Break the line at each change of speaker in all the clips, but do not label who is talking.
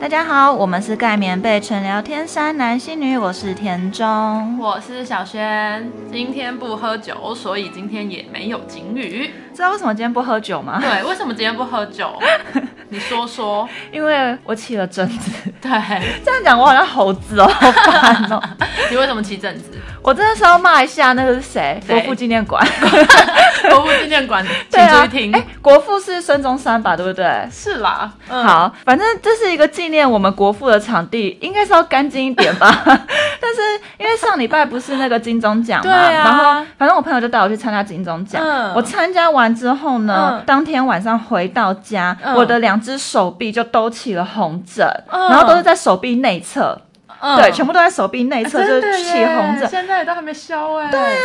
大家好，我们是盖棉被纯聊天山男新女，我是田中。
我是小轩，今天不喝酒，所以今天也没有 警语。
知道为什么今天不喝酒吗？
对，为什么今天不喝酒？你说说。
因为我起了疹子。
对，
这样讲我好像猴子哦， 好烦哦。
你为什么起疹子？
我真的是要骂一下那个是谁？
谁
国父纪念馆。
国务纪念馆，
对
请注
啊
意，听。
哎、国父是孙中山吧？对不对？
是啦，嗯，
好，反正这是一个纪念我们国父的场地，应该是要干净一点吧。 但是因为上礼拜不是那个金钟奖嘛，
对啊
然后反正我朋友就带我去参加金钟奖。
嗯
我参加完之后呢，
嗯
当天晚上回到家，
嗯
我的两只手臂就都起了红疹，
嗯
然后都是在手臂内侧，
嗯啊
对，全部都在手臂内侧就
真的耶
起红疹。
现在都还没消哎。对啊，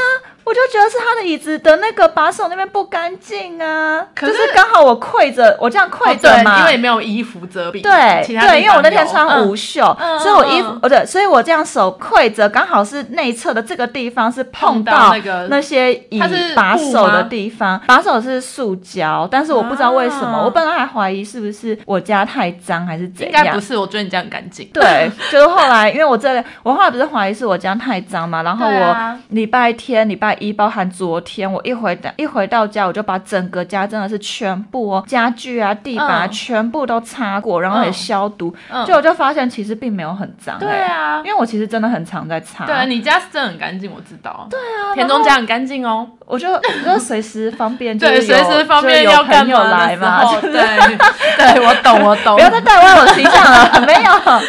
我就觉得是他的椅子的那个把手那边不干净啊，
可是哦
就是刚好我跪着，我这样跪着嘛，
哎对，因为没有衣服遮蔽。
对
其他地方
对，因为我那天
有
穿无
嗯
袖，
嗯
所以我衣服
嗯嗯，
哦对，所以我这样手跪着，刚好是内侧的这个地方是碰
碰到
到
那个
那些椅
它是
把
布
手的
吗
地方，把手是塑胶，但是我不知道为什么，
啊
我本来还怀疑是不是我家太脏还是怎
应该不
样。
是，我觉得你这样很干净。
对，就是后来，因为我这我后来不是怀疑是我家太脏嘛，然后
对
我
啊
礼拜天、礼拜一，包含昨天，我一回到一回到家，我就把整个家真的是全部哦，家具啊、地板啊、
嗯
全部都擦过，然后也
嗯
消毒，
嗯，
就我就发现其实并没有很脏、欸，
对，啊
因，为我其实真的很常在擦，
对，啊你家是真的很干净，我知道。对
啊
田中家很干净哦。
我就我就随时方 便，
对，
就是
随
有
时方
就是
便
有
要
朋
干
友
嘛
来嘛，
的时候
就是
对 对，我懂我懂。
不要再带歪我形象了， 没有。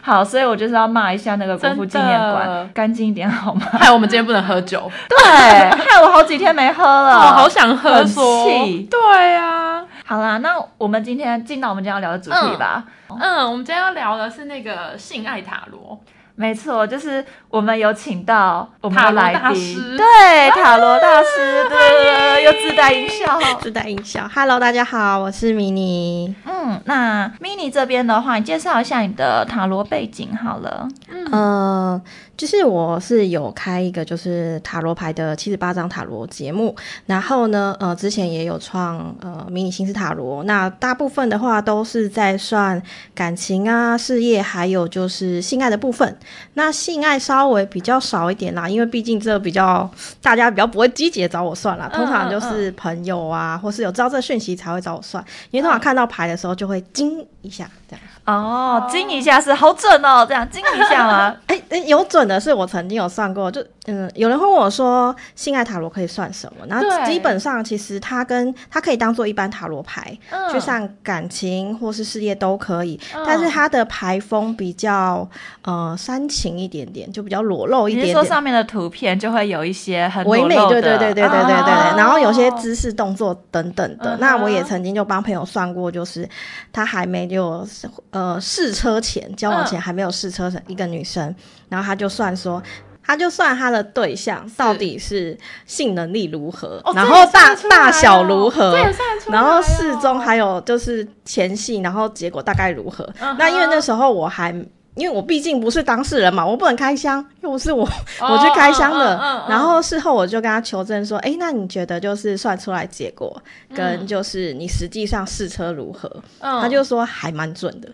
好，所以我就是要骂一下那个国父纪念
真
馆
的，
干净一点好吗？
害我们今天不能喝酒，
对，害我好几天没喝了。
哦
我哦好想喝
很
说
气。
对啊，
好啦，那我们今天进到我们今天要聊的主题吧。
嗯，我们今天要聊的是那个性爱塔罗，
没错，就是我们有请到我们
塔
的
罗
来
大
宾，
师
对，塔罗大师，对对对，又自带音效。
自带音效。Hello，大家好，我是迷你。
嗯，那 mini 这边的话，你介绍一下你的塔罗背景好了。
嗯
呃，就是我是有开一个就是塔罗牌的七十八张塔罗节目，然后呢，呃，之前也有创呃迷你心思塔罗。那大部分的话都是在算感情啊、事业，还有就是性爱的部分。那性爱稍微比较少一点啦，因为毕竟这比较大家比较不会积极地找我算啦，
嗯
通常就
嗯
是朋友啊，或是有知道这讯息才会找我算，因为
嗯
通常看到牌的时候就会惊一下这样。
哦，惊一下是好准哦，这样惊一下 吗？
哎、哎有准的是我曾经有算过，就嗯，有人会问我说，性爱塔罗可以算什么？然后
对
基本上其实它跟它可以当做一般塔罗牌，
嗯
就像感情或是事业都可以，
嗯
但是它的牌风比较呃煽情一点点，就比较裸露一
你
点
是
点。
说上面的图片就会有一些很
唯美，
裸露
对
的
对对对对对对对，
哦
然后有些姿势、动作等等的。
嗯哼
那我也曾经就帮朋友算过，就是她还没有呃试车前，交往
嗯
前还没有试车前一个女生，然后她就算说。她就算她的对象到底是性能力如何，
哦
然后大、
这也算得出来哦
大小如何，
这也算得出来
然
哦
后适中还有就是前戏，然后结果大概如何？
嗯哼
那因为那时候我还。因为我毕竟不是当事人嘛，我不能开箱，又不是我、
哦
我去开箱的。
嗯嗯嗯
然后事后我就跟他求证说，哎、那你觉得就是算出来结果跟就是你实际上试车如何？
嗯
他就说还蛮准的。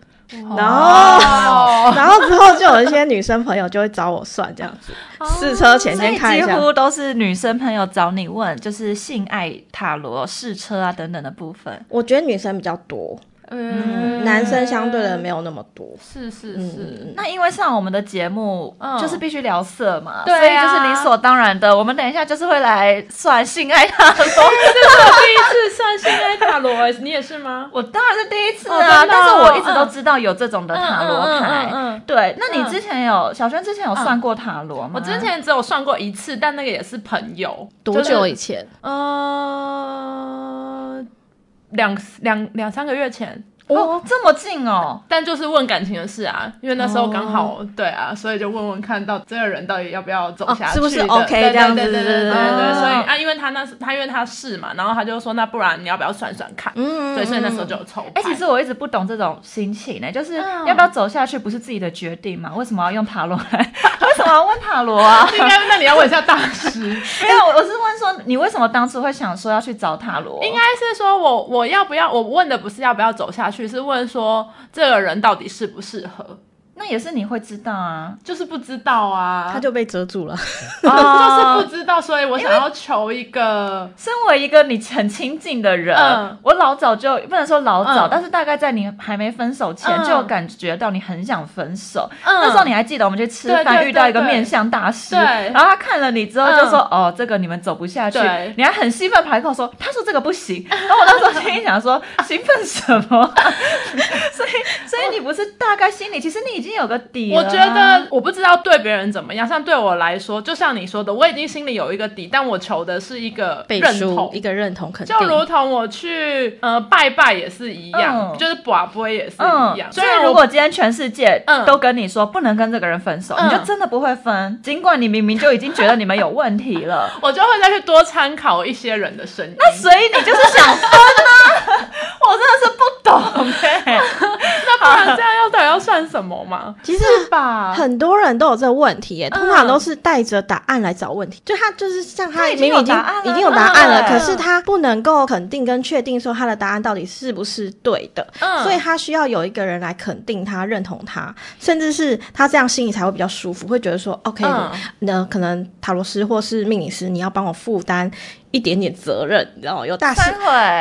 然后、
哦，
然后之后就有一些女生朋友就会找我算这样子，
哦
试车前
所
先
以
看一
几
下。
乎都是女生朋友找你问，就是性爱塔罗、试车啊等等的部分。
我觉得女生比较多，
嗯
男生相对的没有那么多。
是是
嗯
是，
那因为上我们的节目、
嗯
就是必须聊色嘛，所
对
以
啊
就是理所当然的。我们等一下就是会来算性爱塔罗，
第一次算性爱塔罗欸，你也是吗？
我当然是第一次
哦
啊，
真的
但是
哦
我一直都知道有这种的塔罗牌。
嗯嗯嗯嗯嗯
对，那你之前有、小轩之前有算过塔罗吗？
我之前只有算过一次，但那个也是朋友。
多久
就是
以前？
呃，两两两三个月前，
哦这么近哦，
但就是问感情的事啊，因为那时候刚好、对啊，所以就问问看到这个人到底要不要走下去的、
哦哦是不是
对
OK
对
这样子
对对对对对
哦
对，所以啊，因为他那时他因为他是嘛，然后他就说那不然你要不要算算看？
嗯，
对，所以那时候就有抽牌。
哎、其实我一直不懂这种心情呢、就是
嗯
要不要走下去不是自己的决定嘛？为什么要用塔罗来？ 为什么要问塔罗 啊？
应该那你要问一下大 师。
没有，我是问说你为什么当初会想说要去找塔罗？
应该是说我我要不要？我问的不是要不要走下去，是问说这个人到底适不适合，
那也是你会知道啊，
就是不知道啊。
他就被遮住了。
就是
哦
不知道，所以我想要求一个。
身为一个你很亲近的人，
嗯
我老早就不能说老早，
嗯
但是大概在你还没分手前、
嗯
就有感觉到你很想分手。
嗯
那时候你还记得我们去吃
对对
饭
对
遇到一个
对
面相大师，
对嗯
然后他看了你之后就说：“哦，这个你们走不下去。
对”
你还很兴奋排口说：“他说这个不 行。”然后我那时候心里想说：“兴奋什么？” 所以，所以你不是大概心里其实你已经有个底了
我
啊。
觉
嗯
得我不知道对别人怎么样，像对我来说，就像你说的，我已经心里有一个底，但我求的是一个
背
认
书
同
一。个认同肯定，嗯
就如同我去呃拜拜也是一样，
嗯
就是寡杯也是
嗯
一样。，
所
虽
以
然我
如果今天全世界
嗯
都跟你说不能跟这个人分手，
嗯，
你就真的不会分，尽管你明明就已经觉得你们有问题了
我就会再去多参考一些人的声音。
所以你就是想分啊！我真的是不懂 哎、
那不 然这样要到底要算什么嘛？
其实
是吧？
很多人都有这个问题耶，
嗯
通常都是带着答案来找问题。就他就是像他
他已
明
经
明
有
已经
答案了
已经有答案了，
嗯
可是他不能够肯定跟确定说他的答案到底是不是对的，
嗯
所以他需要有一个人来肯定他、认同他，甚至是他这样心里才会比较舒服，会觉得说 OK，
嗯
那、可能塔罗师或是命理师，你要帮我负担一点点责任，你知道 吗有大师
三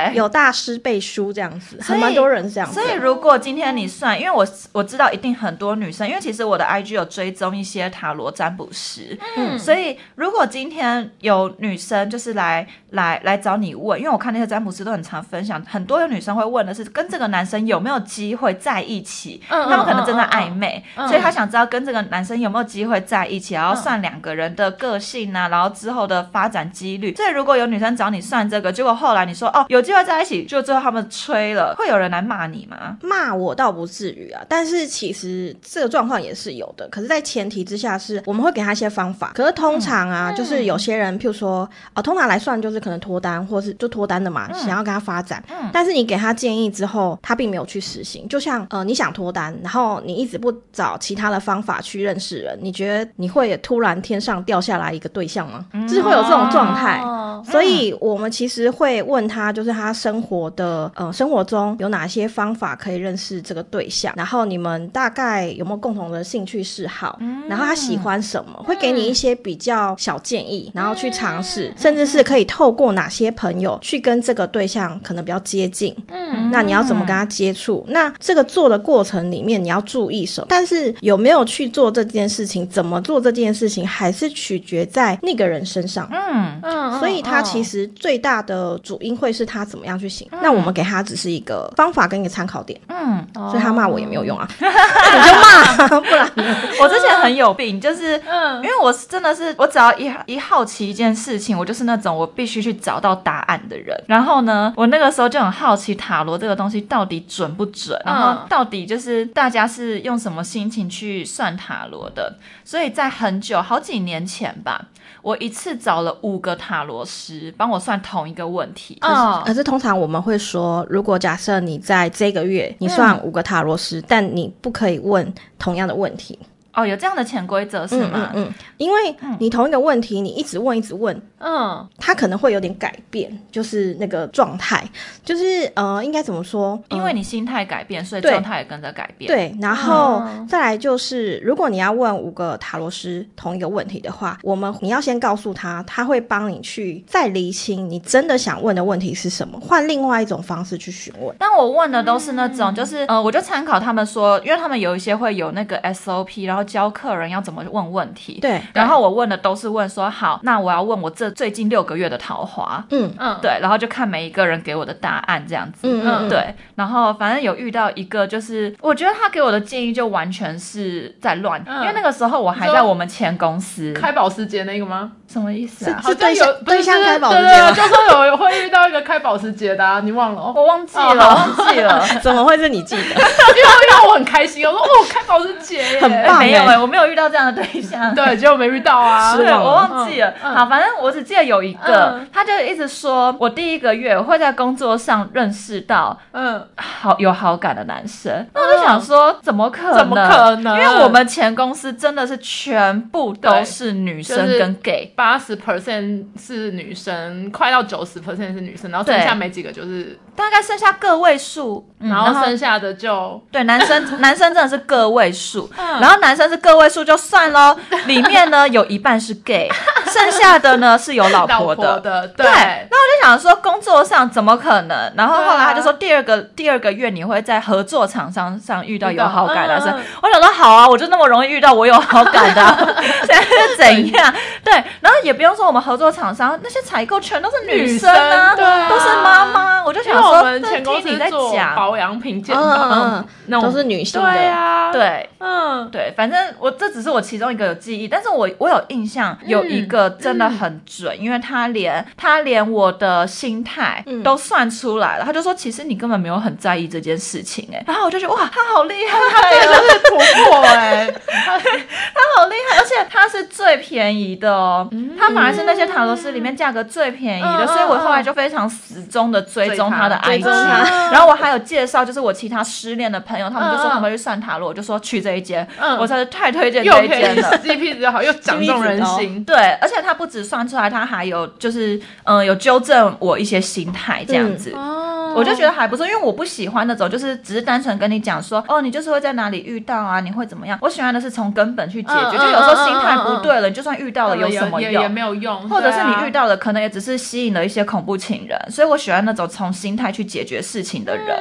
回。
有大师背书这样子，
所
还
以
蛮多人是这样子
所。以，如果今天你算，因为我我知道一定很多女生，因为其实我的 IG 有追踪一些塔罗占卜师，
嗯
所以如果今天有女生就是来来来找你问，因为我看那些占卜师都很常分享，很多有女生会问的是跟这个男生有没有机会在一起，
嗯
他们可能正在暧昧，
嗯嗯嗯
所以他想知道跟这个男生有没有机会在一起，然后
嗯
算两个人的个性啊，然后之后的发展几率。所以如果有女生找你算这个，结果后来你说哦有机会在一起，就最后他们吹了，会有人来骂你吗？
骂我倒不至于啊，但是其实这个状况也是有的。可是，在前提之下是我们会给他一些方法。可是通常啊，就是有些人，譬如说，呃，通常来算就是可能脱单，或是就脱单的嘛，想要跟他发展。
嗯
但是你给他建议之后，他并没有去实行。就像呃，你想脱单，然后你一直不找其他的方法去认识人，你觉得你会突然天上掉下来一个对象吗？就是会有这种状态。
哦
所以我们其实会问他，就是他生活的呃生活中有哪些方法可以认识这个对象，然后你们大概有没有共同的兴趣嗜好，
嗯
然后他喜欢什么，会给你一些比较小建议，然后去尝试，
嗯
甚至是可以透过哪些朋友去跟这个对象可能比较接近，
嗯
那你要怎么跟他接触？那这个做的过程里面，你要注意什么？但是有没有去做这件事情，怎么做这件事情，还是取决在那个人身上。
嗯
嗯
所以他
实。嗯
其实最大的主因会是他怎么样去行。那我们给他只是一个方法跟一个参考点，
嗯，
所以他骂我也没有用啊，你 就骂，不然呢
我之前很有病，就是
嗯
因为我是真的是，我只要一一好奇一件事情，我就是那种我必须去找到答案的人。然后呢，我那个时候就很好奇塔罗这个东西到底准不准，
嗯
然后到底就是大家是用什么心情去算塔罗的。所以在很久好几年前吧，我一次找了五个塔罗师帮我算同一个问题。
嗯
可是通常我们会说，如果假设你在这个月你算五个塔罗师，但你不可以问同样的问题，
哦，有这样的潜规则是吗？
嗯，因为你同一个问题你一直问一直问，
嗯
它可能会有点改变，就是那个状态，就是呃，应该怎么说？
因为你心态改变，所以
对
状态也跟着改变。，
对，然后
嗯
再来就是，如果你要问五个塔罗师同一个问题的话，我们你要先告诉他，他会帮你去再厘清你真的想问的问题是什么，换另外一种方式去询问。
但我问的都是那种，就是呃，我就参考他们说，因为他们有一些会有那个 SOP，然后教客人要怎么问问题。。
对，
然后我问的都是问说，好，那我要问我这最近六个月的桃花，
嗯
嗯，
对，然后就看每一个人给我的答案这样子。
嗯嗯，嗯，
对，然后反正有遇到一个，就是我觉得他给我的建议就完全是在乱，
嗯
因为那个时候我还在我们前公司，
开保时捷那个吗？
什么意思啊？
好
是
像
对
有
象
不是
对象开保时
对对
捷
对，就说有会遇到一个开保时捷的、啊，你忘 了哦？
我忘记
哦
了，忘记了。
怎么 会是你记 得？
因为会让我很开心，我说哦，开保时捷耶，
很棒
没有
欸
哎、我没有遇到这样的对象。
对，结果没遇到啊
是。
对，
忘了
我忘记了。
嗯
好，反正我只记得有一个，
嗯
他就一直说我第一个月会在工作上认识到
嗯，
好有好感的男生，那我就想说，怎么可能？
怎么可能？
因为我们前公司真的是全部都是女生
对就是
跟 gay，
八十 percent 是女生，快到九十 percent 是女生，然后剩
对
下没几个就是，
大概剩下个位数，嗯
然后剩下的就
对男 生男生真的是个位数，
嗯
然后男生是个位数就算喽，里面呢有一半是 gay，剩下的呢是有老婆的。
的，
对，然后我就想说工作上怎么可能？然后后来他就说
啊
第二个、第二个月你会在合作厂商上遇到有好感的男生，
嗯嗯嗯
我想说好啊，我就那么容易遇到我有好感的、啊， 现在是怎样？对，然后也不用说我们合作厂商那些采购全都是女生啊，
女生对啊
都是妈妈，我就
因
想
为我
说
们
这
前公
听你
司
在
做
讲，
保养品健
嗯嗯
康，
嗯，
那
都
种
是女性的，
对啊，，
对。
嗯，
对，反正我这只是我其中一个有记忆，但是我我有印象
嗯
有一个真的很准，因为他连他连我的心态
嗯
都算出来了，他就说其实你根本没有很在意这件事情哎，然后我就觉得哇，他好厉害
这
哦，
就是 婆婆哎，
他好厉害，而且他是最便宜的哦，他反而是那些塔罗斯里面价格最便宜的，
嗯
所以我后来就非常死忠的追踪他的
追
IG，
他追
他
然后我还有介绍，就是我其他失恋的朋友，他们就说
嗯嗯
他们去算塔罗，我就说去这一间，
嗯
我才是太推荐
又
这一
便
间
宜
了。
，CP 值好，又讲中人心，
对，而且他不止算出来，他还有就是嗯、呃有纠正我一些心态这样子。
哦
我就觉得还不错，因为我不喜欢那种就是只是单纯跟你讲说，哦，你就是会在哪里遇到啊，你会怎么样？我喜欢的是从根本去解决，
嗯
就有时候
嗯嗯
心态不
嗯嗯
对了，你就算遇到了有什么
也也
用？
没有用，
或者是
对啊
你遇到了，可能也只是吸引了一些恐怖情人，所以我喜欢那种从心态去解决事情的
嗯
人。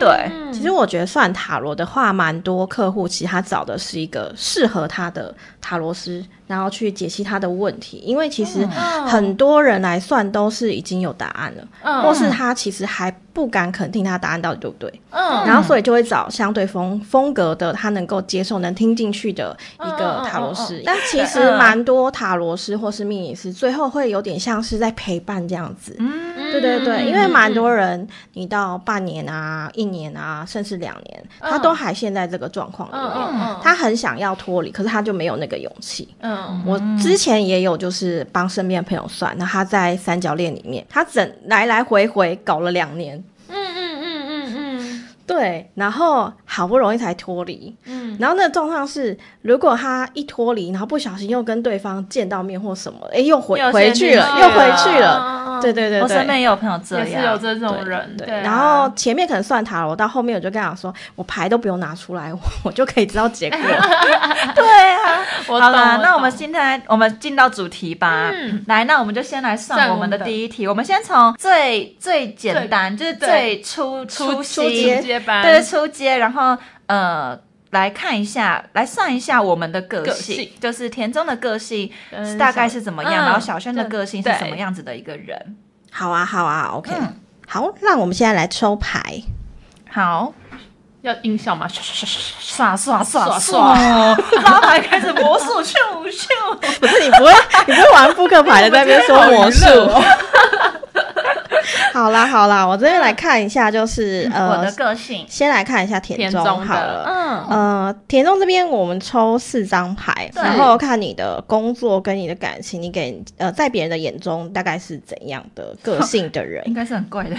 对，
其实我觉得算塔罗的话，蛮多客户其实他找的是一个适合他的塔罗师，然后去解析他的问题。因为其实
嗯
很多人来算都是已经有答案了，
嗯
或是他其实还不敢肯定他答案到底对不对，
嗯
然后所以就会找相对风风格的他能够接受、能听进去的一个塔罗
嗯嗯嗯
师
嗯。
但其实
嗯
蛮多塔罗师或是命理师，最后会有点像是在陪伴这样子。
嗯，
对对对，
嗯
因为蛮多
嗯
人，你到半年啊、一年啊，甚至两年，
嗯
他都还陷在这个状况里
嗯
面。
嗯嗯，
他很想要脱离，可是他就没有那个勇气。
嗯
我之前也有，就是帮身边的朋友算，那他在三角恋里面，他整来来回回搞了两年，
嗯嗯嗯嗯
对，然后好不容易才脱离。
嗯
然后那个状况是，如果他一脱离，然后不小心又跟对方见到面或什么，哎，又回
又
回
陷进
去了，
去
又
了
回去了。
了
对对对对，
我身边也有朋友这
也
样，
是有这种人，啊
对，然后前面可能算塔罗，到后面我就跟他讲说，我牌都不用拿出来，我我就可以知道结果。
对啊，
我
好
懂
啦，
我
那我们
懂
现在我们进到主题吧。
嗯
来，那我们就先来算
算
我
我
们的
们的
第一题。我们先从最最简单，就是最
对
初
初
心，
阶
对
接班，
对初阶，然后呃。来看一下，来算一下我们的个
个
性，
性
就是田中的个性
嗯
大概是怎么样，
嗯
然后小轩的个性是
对
什么样子的一个人。
好啊，好啊，OK，、
嗯
好，那我们现在来抽牌。
好，
要音效吗？唰唰唰唰唰
刷刷刷
刷
刷，拉牌开始魔术咻咻。
不是你不会，你不会玩扑克牌的，在那边说魔术。 好啦，好啦，我这边来看一下，就是
我
呃
的，个性，
先来看一下田
田
中
中
好
的，
了。
嗯
呃，田中这边我们抽四张牌，
对
然后看你的工作跟你的感情，你给呃在别人的眼中大概是怎样的个性的人
应？该是很怪的 人。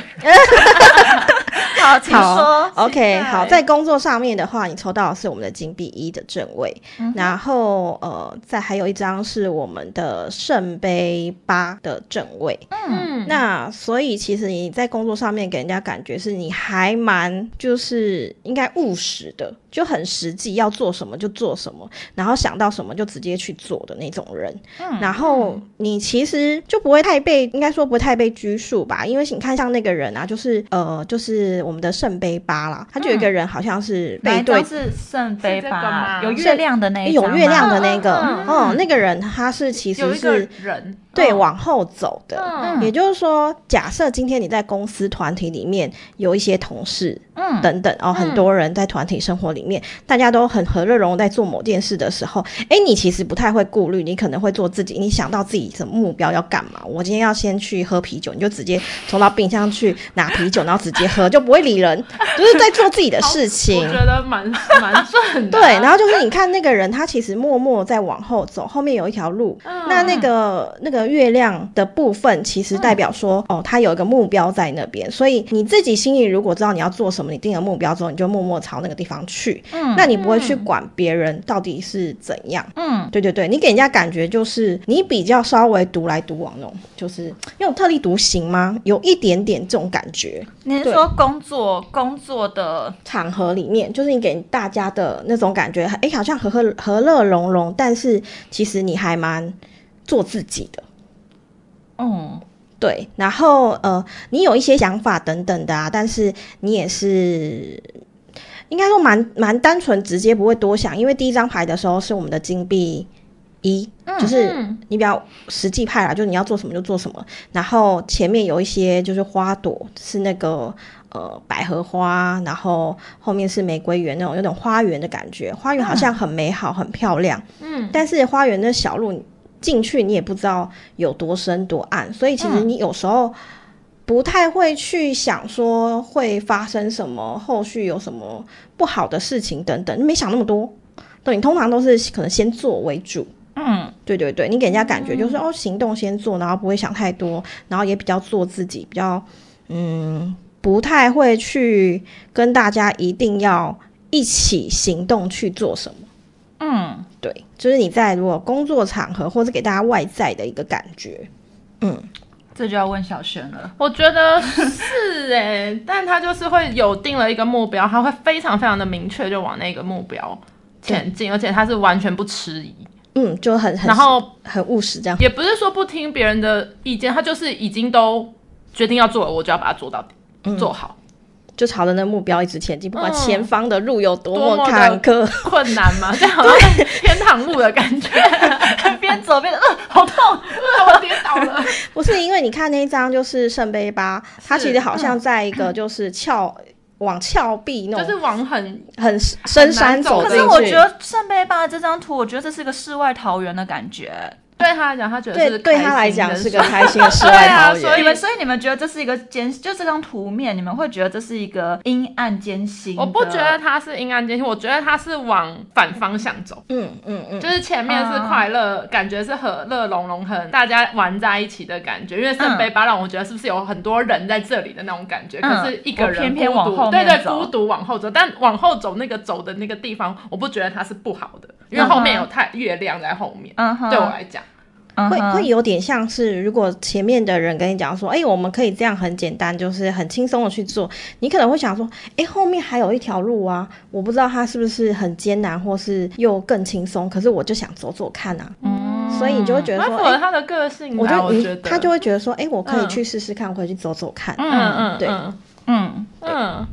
好，请说
好。，OK，
期待
好，在工作上面的话，你抽到的是我们的金币一的正位，
嗯哼
然后呃，再还有一张是我们的圣杯八的正位。
嗯
嗯，
那所以其实你在工作上面给人家感觉是你还蛮就是应该务实的，就很实际，要做什么就做什么，然后想到什么就直接去做的那种人。
嗯
然后你其实就不会太被，应该说不会太被拘束吧，因为你看像那个人啊，就是呃，就是我们的圣杯八啦，他就
嗯
有一个人好像是
哪
背
一
对
张是圣杯
是这个
吧？
吗
有月亮的那一张
有
吗
月亮的那
嗯
个，
嗯
嗯，那个人他是其
有
实
一个嗯
是
人，
对往后走的。
嗯
也就是说，假设今天你在公司团体里面有一些同事
嗯
等等哦，很多人在团体生活里面，大家都很和乐融融在做某件事的时候，哎，你其实不太会顾虑，你可能会做自己，你想到自己什么目标要干嘛，我今天要先去喝啤酒，你就直接冲到冰箱去拿啤酒，然后直接喝，就不会理人，就是在做自己的 事情。
我觉得 蛮蛮正的
对
啊、，
然后就是你看那个人，他其实默默在往后走，后面有一条路。
嗯
那那个那个月亮的部分，其实代表说，
嗯
哦，他有一个目标在那边，所以你自己心里如果知道你要做什么，你定了目标之后，你就默默朝那个地方去，
嗯
那你不会去管别人到底是怎样。
嗯
对对对，你给人家感觉就是你比较稍微独来独往那种，就是用特立独行吗？有一点点这种感觉。
您
对
说工作工作的
场合里面，就是你给大家的那种感觉，哎、好像和和和乐融融，但是其实你还蛮做自己的。
嗯
对，然后呃，你有一些想法等等的啊，但是你也是应该说蛮蛮单纯直接，不会多想，因为第一张牌的时候是我们的金币一，就是
嗯
你比较实际派啦，就是你要做什么就做什么。然后前面有一些就是花朵，是那个呃百合花，然后后面是玫瑰园那种有种花园的感觉，花园好像很美好、很漂亮，
嗯，
但是花园的小路进去你也不知道有多深多暗，所以其实你有时候。不太会去想说会发生什么，后续有什么不好的事情等等，你没想那么多。对，你通常都是可能先做为主，
嗯
对对对，你给人家感觉就是、哦，行动先做，然后不会想太多，然后也比较做自己，比较嗯，不太会去跟大家一定要一起行动去做什么。
嗯
对，就是你在如果工作场合或者给大家外在的一个感觉，
这就要问小璇 了。
我觉得是哎、但他就是会有定了一个目标，他会非常非常的明确，就往那个目标前进，而且他是完全不迟疑，
嗯，就很很
然后
很务实这样。
也不是说不听别人的意见，他就是已经都决定要做了，我就要把它做到底，
嗯
做好。
就朝着那目标一直前进，不管
嗯
前方的路有多
多
么
么的
坎坷，
困难嘛，这样好像天堂路的感觉，
边走边呃，好痛！
我跌倒了。
不是因为你看那一张就是圣杯八，它其实好像在一个就是峭、往峭壁那
就
种
是往很
很深山走
可
进
很
去。
是我觉得圣杯八这张图，我觉得这是个世外桃源的感觉。
对他来讲，他觉得
对
是
对
开心
他来
的
讲
事
是个开心的世外
对啊
桃
所
源。
以
你们所以你们觉得这是一个艰，就这张图面，你们会觉得这是一个阴暗艰辛的？
我不觉得他是阴暗艰辛，我觉得他是往反方向走，
嗯嗯嗯，
就是前面是快乐，
嗯
感觉是和乐融融，很大家玩在一起的感觉。因为圣杯八让我觉得是不是有很多人在这里的那种感觉，
嗯
可是一个人
我偏偏往
孤独
后
对
面
对，
走
孤独往后走，但往后走那个走的那个地方，我不觉得它是不好的，因为
嗯哼
后面有太月亮在后面，
嗯哼，
对我来讲，
嗯
会
哼
会有点像是，如果前面的人跟你讲说，哎、我们可以这样很简单，就是很轻松的去做，你可能会想说，哎、后面还有一条路啊，我不知道它是不是很艰难，或是又更轻松，可是我就想走走看啊，
嗯
所以你就会觉得
蛮
说，
符合
哎、
他的个性
我
啊，
就
我
你
觉得
他就会觉得说，哎、我可以
嗯
去试试看，我可以去走走看，
嗯嗯
对
嗯
嗯，
嗯，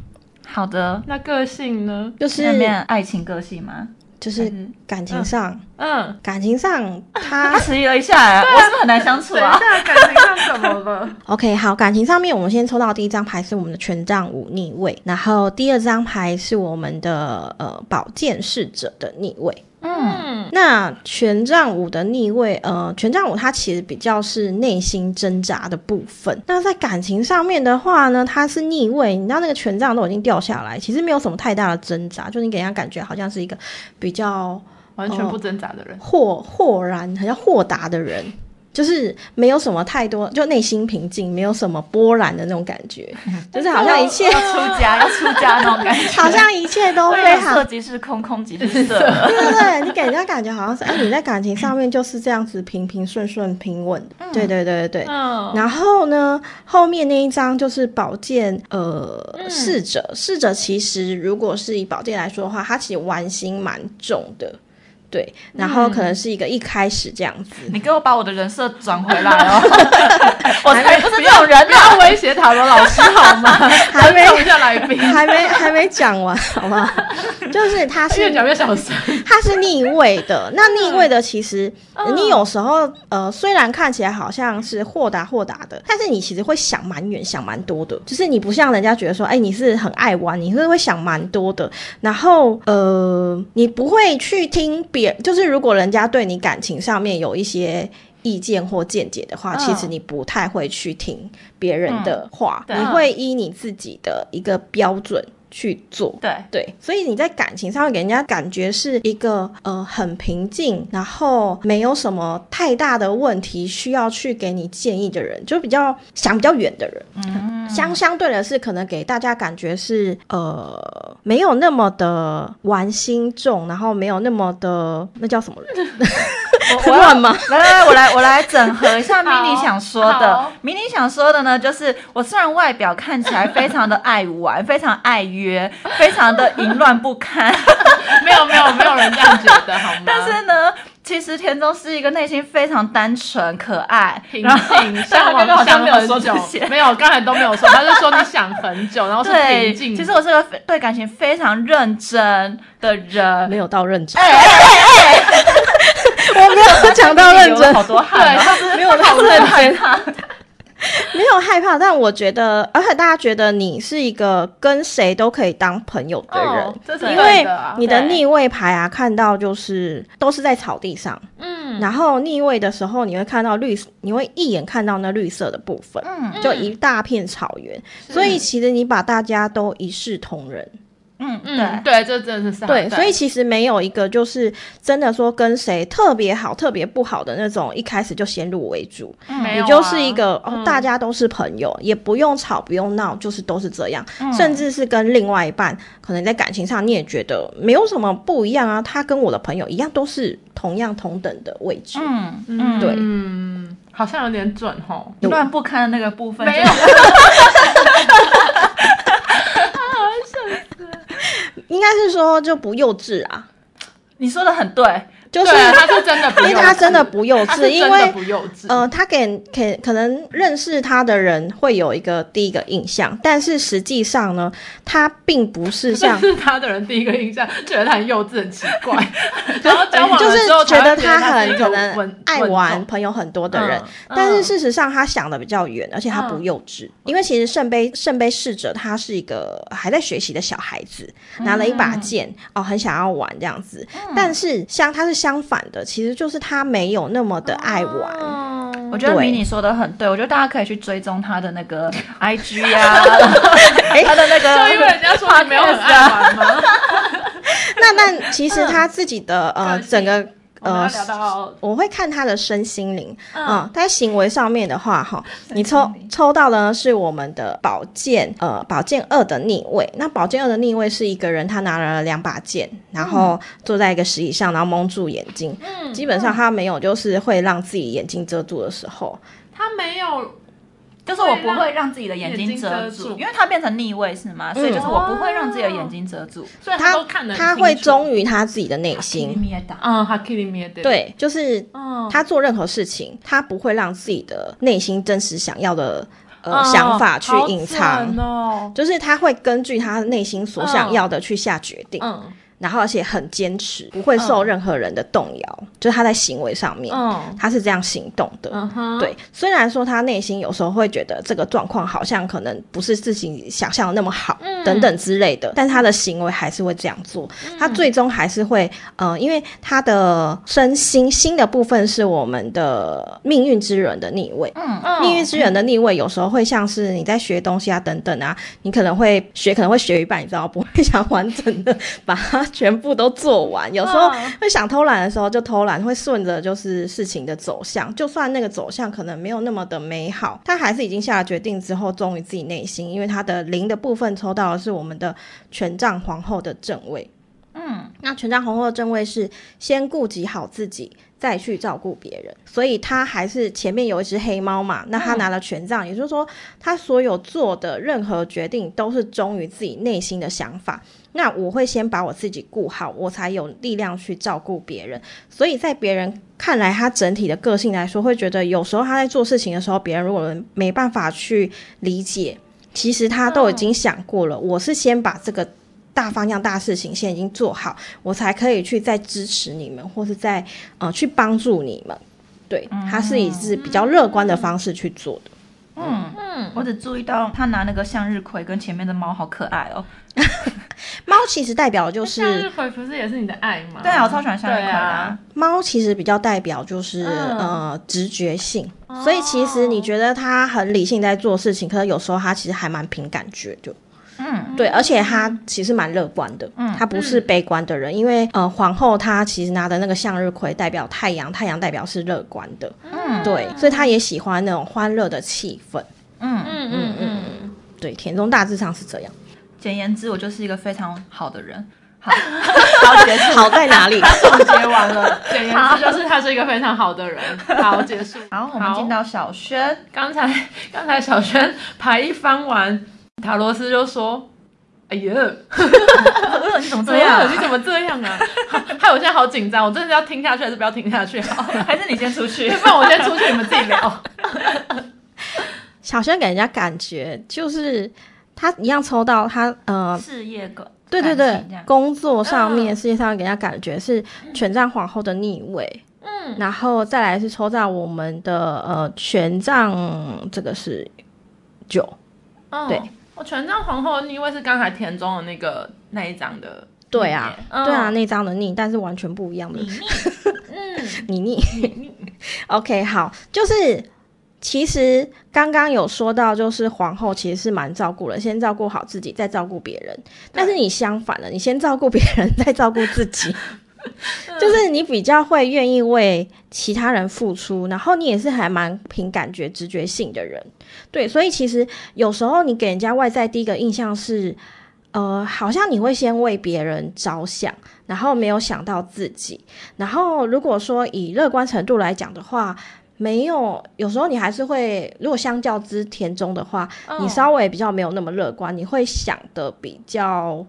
好的。
那个性呢？
就
下面
是
爱情个性吗？
就是
嗯
感情上，
嗯，
感情上他
他迟疑了一下，哎我是不是很难相处
等一
啊？
下感情上怎么了？
OK，好，感情上面我们先抽到第一张牌是我们的权杖五逆位，然后第二张牌是我们的呃宝剑侍者的逆位。
嗯
嗯
那权杖五的逆位，呃，权杖五它其实比较是内心挣扎的部分。那在感情上面的话呢，它是逆位，你知道那个权杖都已经掉下来，其实没有什么太大的挣扎，就你给人家感觉好像是一个比较
完全不挣扎的人。
豁豁然，很像豁达的人，就是没有什么太多，就内心平静，没有什么波澜的那种感觉，就是好像一
要
切，
出家，要出家那种感觉。
好像一切都非
对，色
常。
即是空，空即是色。
对对对，你给人家感觉好像是，哎，你在感情上面就是这样子平平顺顺、平稳的。对对对对对。
嗯，
然后呢，后面那一张就是宝剑，呃，侍者，侍者其实如果是以宝剑来说的话，他其实玩心蛮重的，对。然后可能是一个一开始这样子，
你给我把我的人设转回来哦，我才不是这种人
不
呢、
要威胁塔罗老师好吗？
还没
尊重一下来宾，
还没还没讲完，好不好？就是它是
越讲越小声。
它是逆位的。那逆位的其实、
嗯
你有时候呃，虽然看起来好像是豁达豁达的，但是你其实会想蛮远，想蛮多的。就是你不像人家觉得说，哎、你是很爱玩，你是会想蛮多的。然后呃，你不会去听别，就是如果人家对你感情上面有一些。意见或见解的话，
嗯
其实你不太会去听别人的话，
对嗯
你会依你自己的一个标准去做。
对，
对，所以你在感情上会给人家感觉是一个呃很平静，然后没有什么太大的问题需要去给你建议的人，就比较想比较远的人。
嗯，
相相对的是，可能给大家感觉是呃没有那么的玩心重，然后没有那么的那叫什么 人
我要
乱吗？
来来来，我来我来整合一下迷
好
你想说的
好。
迷你想说的呢，就是我虽然外表看起来非常的爱玩，非常爱约，非常的淫乱不堪，
没有没有没有人这样觉得好吗？
但是呢，其实田中是一个内心非常单纯、可爱，
平
然后
静，向
他刚刚好
往
像
想
没有说
很
这
久
些，。
没有，刚才都没有说，他就说你想很久，然后是
对，
平静。
其实我是个对感情非常认真的人。
没有到认真，
哎哎
我没有讲到认
流了
真，
好多汗
对，
哦，
他 只是
没有到
好
认真。
害怕。
没有害怕，但我觉得，而且大家觉得你是一个跟谁都可以当朋友的人，
哦这是
因
对
为
的啊
你的
对
逆位牌啊，看到就是都是在草地上，
嗯
然后逆位的时候，你会看到绿，你会一眼看到那绿色的部分，
嗯
就一大片草原，
嗯
所以其实你把大家都一视同仁，
嗯嗯，
嗯，
对，
对，这真的是
对，所以其实没有一个就是真的说跟谁特别好、特别不好的那种，一开始就先入为主，
嗯
没
你
有
就是一个、
啊
哦
嗯，
大家都是朋友，也不用吵，不用闹，就是都是这样。
嗯
甚至是跟另外一半，可能在感情上你也觉得没有什么不一样啊，他跟我的朋友一样，都是同样同等的位置。
嗯嗯，
对
嗯，好像有点准吼。
有
乱不堪的那个部分
没有
就，
应该是说就不幼稚啊，
你说的很对，
就是
对啊，他是真的不
因
幼稚，
为他真的不幼
他是
稚，因
真的
为
不幼稚。
呃，他给给可能认识他的人会有一个第一个印象，但是实际上呢，他并不是
这
像
是 他的人第一个印象，觉得他很幼稚，很奇 怪。然后交往了
就是
之后才
觉
会
得
觉
他
他是
很
一个
可能
稳
爱
稳
玩、
重
朋友很多的人
嗯，
但是
嗯
事实上他想的比较远，而且他不幼稚。因为其实圣杯圣杯侍者他是一个还在学习的小孩子，拿了一
嗯
把剑哦，很想要玩这样子。但是相他是相反的，其实就是他没有那么的爱玩。
嗯
我觉得
对
迷你说的很对，我觉得大家可以去追踪他的那个 IG 啊，
哎
他的那个，
就因为人家说你没有很爱玩吗？
那那其实他自己的呃
嗯个性
整个
我们要
呃
聊到
我会看他的身心灵，嗯，在行为上面的话，哈，你抽
灵
抽到的呢是我们的宝剑，呃，宝剑二的逆位。那宝剑二的逆位是一个人，他拿了两把剑，然后坐在一个石椅上，然后蒙住眼睛。
嗯
基本上他没有就是会让自己眼睛遮住的时候，
他没有
就是我不会让自己的眼睛
眼睛
遮
遮
住，
住
因为它变成逆位是吗？所以就是我不会让自己的眼睛遮住。
所以他
他
都看得很
他会
清楚
忠于他自己的内心。
你也打，
嗯，哈 k i t 灭对，
对，就是
嗯，
他做任何事情，他不会让自己的内心真实想要的呃、想法去
哦好
隐藏
准。哦，
就是他会根据他内心所想
嗯
要的去下决定，
嗯
然后而且很坚持，不会受任何人的动摇，就是他在行为上面，
嗯
他是这样行动的。
嗯哼，
对，虽然说他内心有时候会觉得这个状况好像可能不是自己想象的那么好，
嗯
等等之类的，但他的行为还是会这样做。他最终还是会，呃，因为他的身心心的部分是我们的命运之人的逆位，
嗯，
嗯，
命运之源的逆位，有时候会像是你在学东西啊，等等啊，你可能会学，可能会学一半，你知道不会想完整的把它全部都做完。有时候
嗯
会想偷懒的时候就偷懒，会顺着就是事情的走向，就算那个走向可能没有那么的美好，但还是已经下了决定之后，忠于自己内心，因为他的零的部分抽到的是我们的权杖皇后的正位。嗯，那权杖红后的正位是先顾及好自己，再去照顾别人，所以他还是前面有一只黑猫嘛，那他拿了权杖，也就是说他所有做的任何决定都是忠于自己内心的想法。那我会先把我自己顾好，我才有力量去照顾别人。所以在别人看来，他整体的个性来说，会觉得有时候他在做事情的时候，别人如果没办法去理解，其实他都已经想过了。我是先把这个大方向、大事情先已经做好，我才可以去再支持你们，或是再呃去帮助你们。对，他是以是比较乐观的方式去做的。
嗯，
嗯，
我只注意到他拿那个向日葵跟前面的猫好可爱哦。
猫其实代表的就
向
是
日葵不是也是你的爱吗？
对啊，我超喜欢向日葵的啊、
猫其实比较代表就是、
嗯
呃直觉性，
哦
所以其实你觉得它很理性在做事情，可是有时候它其实还蛮凭感觉的。
嗯，
对，而且它其实蛮乐观的，它不是悲观的人，因为呃皇后她其实拿的那个向日葵代表太阳，太阳代表是乐观的，
嗯，
对，所以她也喜欢那种欢乐的气氛。
嗯。
嗯嗯嗯，
对，田中大致上是这样。
简言之，我就是一个非常好的人。好，好结束，
好在哪里？
总结完了。
简言之就是他是一个非常好的人。好，结束。
好，我们进到小轩，
刚才刚才小轩牌一翻完，塔罗斯就说：“哎呀，
呃你怎么
怎么
这样
了？你
啊？
怎么这样 啊？害我现在好紧张，我真的要听下去还是不要听下去 好？
还是你先出去？
不然我先出去，你们自己聊。
小轩给人家感觉就是他一样抽到他呃
事业感，
对对
感
对
情这，样
工作上面、
嗯
世界上给人家感觉是权杖皇后的逆位，
嗯，
然后再来是抽到我们的呃权杖，这个是九，
哦
对，
我权杖皇后，因为是刚才田中的那个那一张的，
对啊，
嗯
对啊，那张的逆，但是完全不一样的
嗯，
你腻。OK，好，就是其实刚刚有说到，就是皇后其实是蛮照顾人，先照顾好自己，再照顾别人。但是你相反了，你先照顾别人，再照顾自 己。就是你比较会愿意为其他人付出，然后你也是还蛮凭感觉、直觉性的人，对，所以其实有时候你给人家外在第一个印象是，呃，好像你会先为别人着想，然后没有想到自己，然后如果说以乐观程度来讲的话，没有，有时候你还是会，如果相较之田中的话，
哦
你稍微比较没有那么乐观，你会想的比较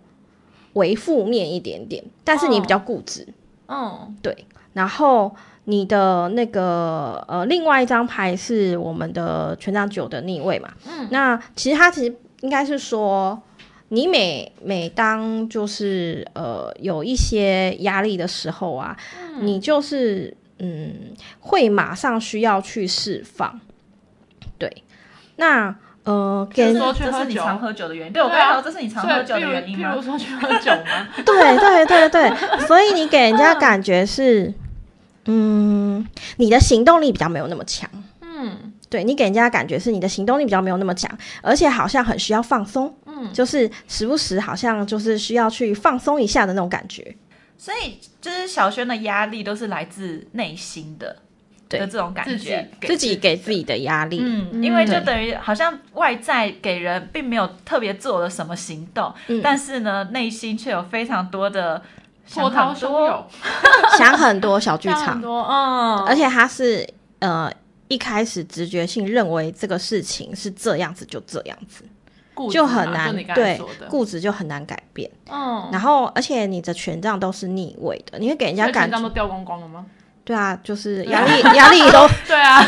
为负面一点点，但是你比较固执，
嗯
对，然后。你的那个呃，另外一张牌是我们的权杖九的逆位嘛？嗯，那其实它其实应该是说，你每每当就是呃有一些压力的时候啊，你就是嗯会马上需要去释放。对，那呃
就
给
是说去
这
喝
是你
酒
常喝酒的原因。对，我
对啊
刚刚说这是你常喝酒
所以
的原因
譬如譬
吗
如？说去喝酒吗？
对对对 对，所以你给人家感觉是，嗯，你的行动力比较没有那么强。
嗯
对你给人家感觉是你的行动力比较没有那么强，而且好像很需要放松，
嗯，
就是时不时好像就是需要去放松一下的那种感觉。
所以就是小轩的压力都是来自内心的，
对
的这种感
自己
觉。
给
自己给自己的压力，
嗯，因为就
对
等于好像外在给人并没有特别做了什么行动，
嗯
但是呢，内心却有非常多的
波涛汹涌，
想很多 小剧
这样很
场，
多，嗯，
而且他是呃一开始直觉性认为这个事情是这样子就这样子，
固执
就
嘛
很难
就你刚才
对
说的，
固执就很难改变。
嗯，
然后而且你的权杖都是逆位的，你会给人家
所以
感
权
觉
杖都掉光光了吗？
对啊，就是压力压力都
对啊，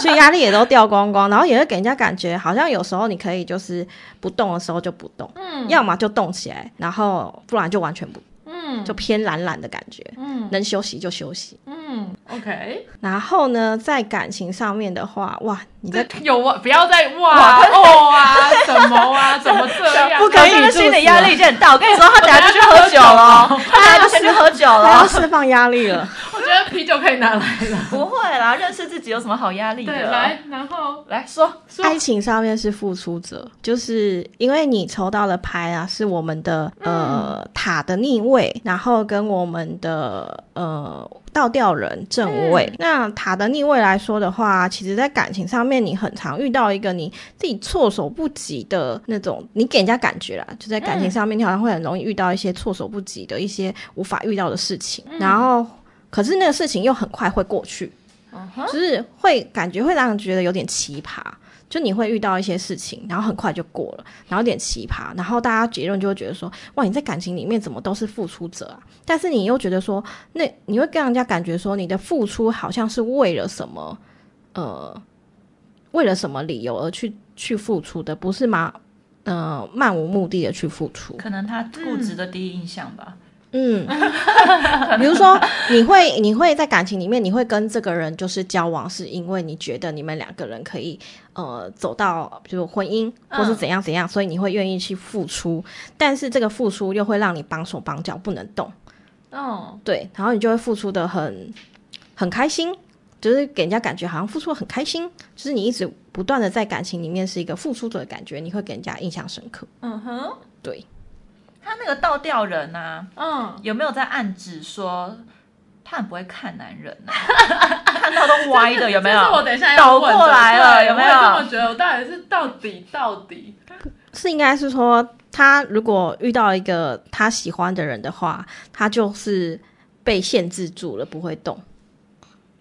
所以压力也都掉光光，然后也会给人家感觉好像有时候你可以就是不动的时候就不动，
嗯
要么就动起来，然后不然就完全不
嗯
就偏懒懒的感觉，
嗯
能休息就休息。
嗯，OK，
然后呢，在感情上面的话，哇，你在
有哇，不要再哇哦 啊，怎么啊，怎么这样啊？
不可以
这个
住死
心
了
理压
哎
力已经很大。我跟你说，他等下就去喝酒了，他等下就先去喝酒
他要
了。
释放压力了，
我觉得啤酒可以拿来了。
不会啦，认识自己有什么好压力的？
对，来，然 后
来说，
说
爱情上面是付出者，就是因为你抽到的牌啊，是我们的呃塔的逆位，然后跟我们的呃倒吊人
嗯
正位。那塔的逆位来说的话，其实在感情上面，你很常遇到一个你自己措手不及的那种，你给人家感觉啦，就在
嗯
感情上面，你好像会很容易遇到一些措手不及的一些无法遇到的事情，然后可是那个事情又很快会过去。
嗯哼，
就是会感觉会让人觉得有点奇葩，就你会遇到一些事情，然后很快就过了，然后有点奇葩，然后大家结论就会觉得说，哇，你在感情里面怎么都是付出者啊？但是你又觉得说，那你会让人家感觉说，你的付出好像是为了什么，呃，为了什么理由而去去付出的，不是吗？呃，漫无目的的去付出，
可能他固执的第一印象吧。
嗯，比如说，你会你会在感情里面，你会跟这个人就是交往，是因为你觉得你们两个人可以呃走到，比如婚姻或是怎样怎样，所以你会愿意去付出，但是这个付出又会让你绑手绑脚不能动，
嗯，
对，然后你就会付出的很很开心，就是给人家感觉好像付出的很开心，就是你一直不断的在感情里面是一个付出者的感觉，你会给人家印象深刻，
嗯哼，
对。
他那个倒吊人啊，
嗯，
有没有在暗指说他很不会看男人、啊，看到都
哎
歪的，有没有
这是？我等一下要
倒
问的
过来了，
对
有没
我也这么
有？
觉得，我到底是到底到底，
是应该是说，他如果遇到一个他喜欢的人的话，他就是被限制住了，不会动，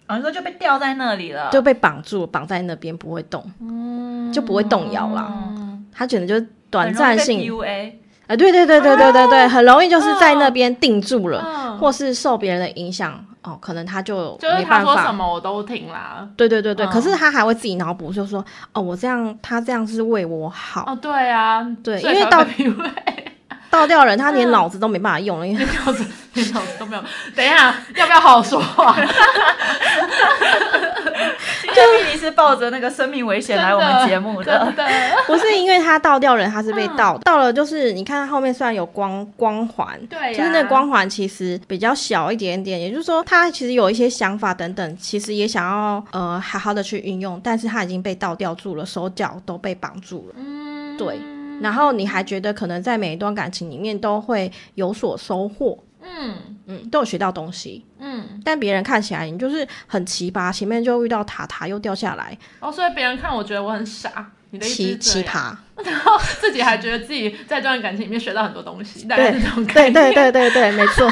啊，你说就被吊在那里了，
就被绑住，绑在那边不会动，
嗯
就不会动摇啦。
嗯
他可能就是短暂
很
性，
容易 啊被 PUA。
啊、对对对对对对对，很容易就是在那边定住了，
嗯
或是受别人的影响，哦，可能他就
就是
没
他
办
说什
法。
么我都听啦。
对对对对，
嗯
可是他还会自己脑补，就说哦，我这样，他这样是为我好。
哦，对啊，
对
所以
因为
才
到
会被 PUA
倒掉人，他连脑子都没办法用了，因为
连脑子连脑子都没有。等一下，要不要好好说话？
今天米妮是抱着那个生命危
哎
险来我们节目
真的
的，
真的，
不是因为他倒掉人，他是
嗯
被倒、倒了，就是你看他后面虽然有光光环。
对呀，
就是那个光环其实比较小一点点，也就是说他其实有一些想法等等，其实也想要呃好好的去运用，但是他已经被倒掉住了，手脚都被绑住了。
嗯，
对然后你还觉得可能在每一段感情里面都会有所收获，
嗯
嗯，都有学到东西，
嗯，
但别人看起来你就是很奇葩，前面就遇到塔塔又掉下来，
哦，所以别人看我觉得我很傻，你的意思
奇
是这
奇
样，
葩，
然后自己还觉得自己在这段感情里面学到很多东西，大概是这种
对
感觉，
对对对对，没错。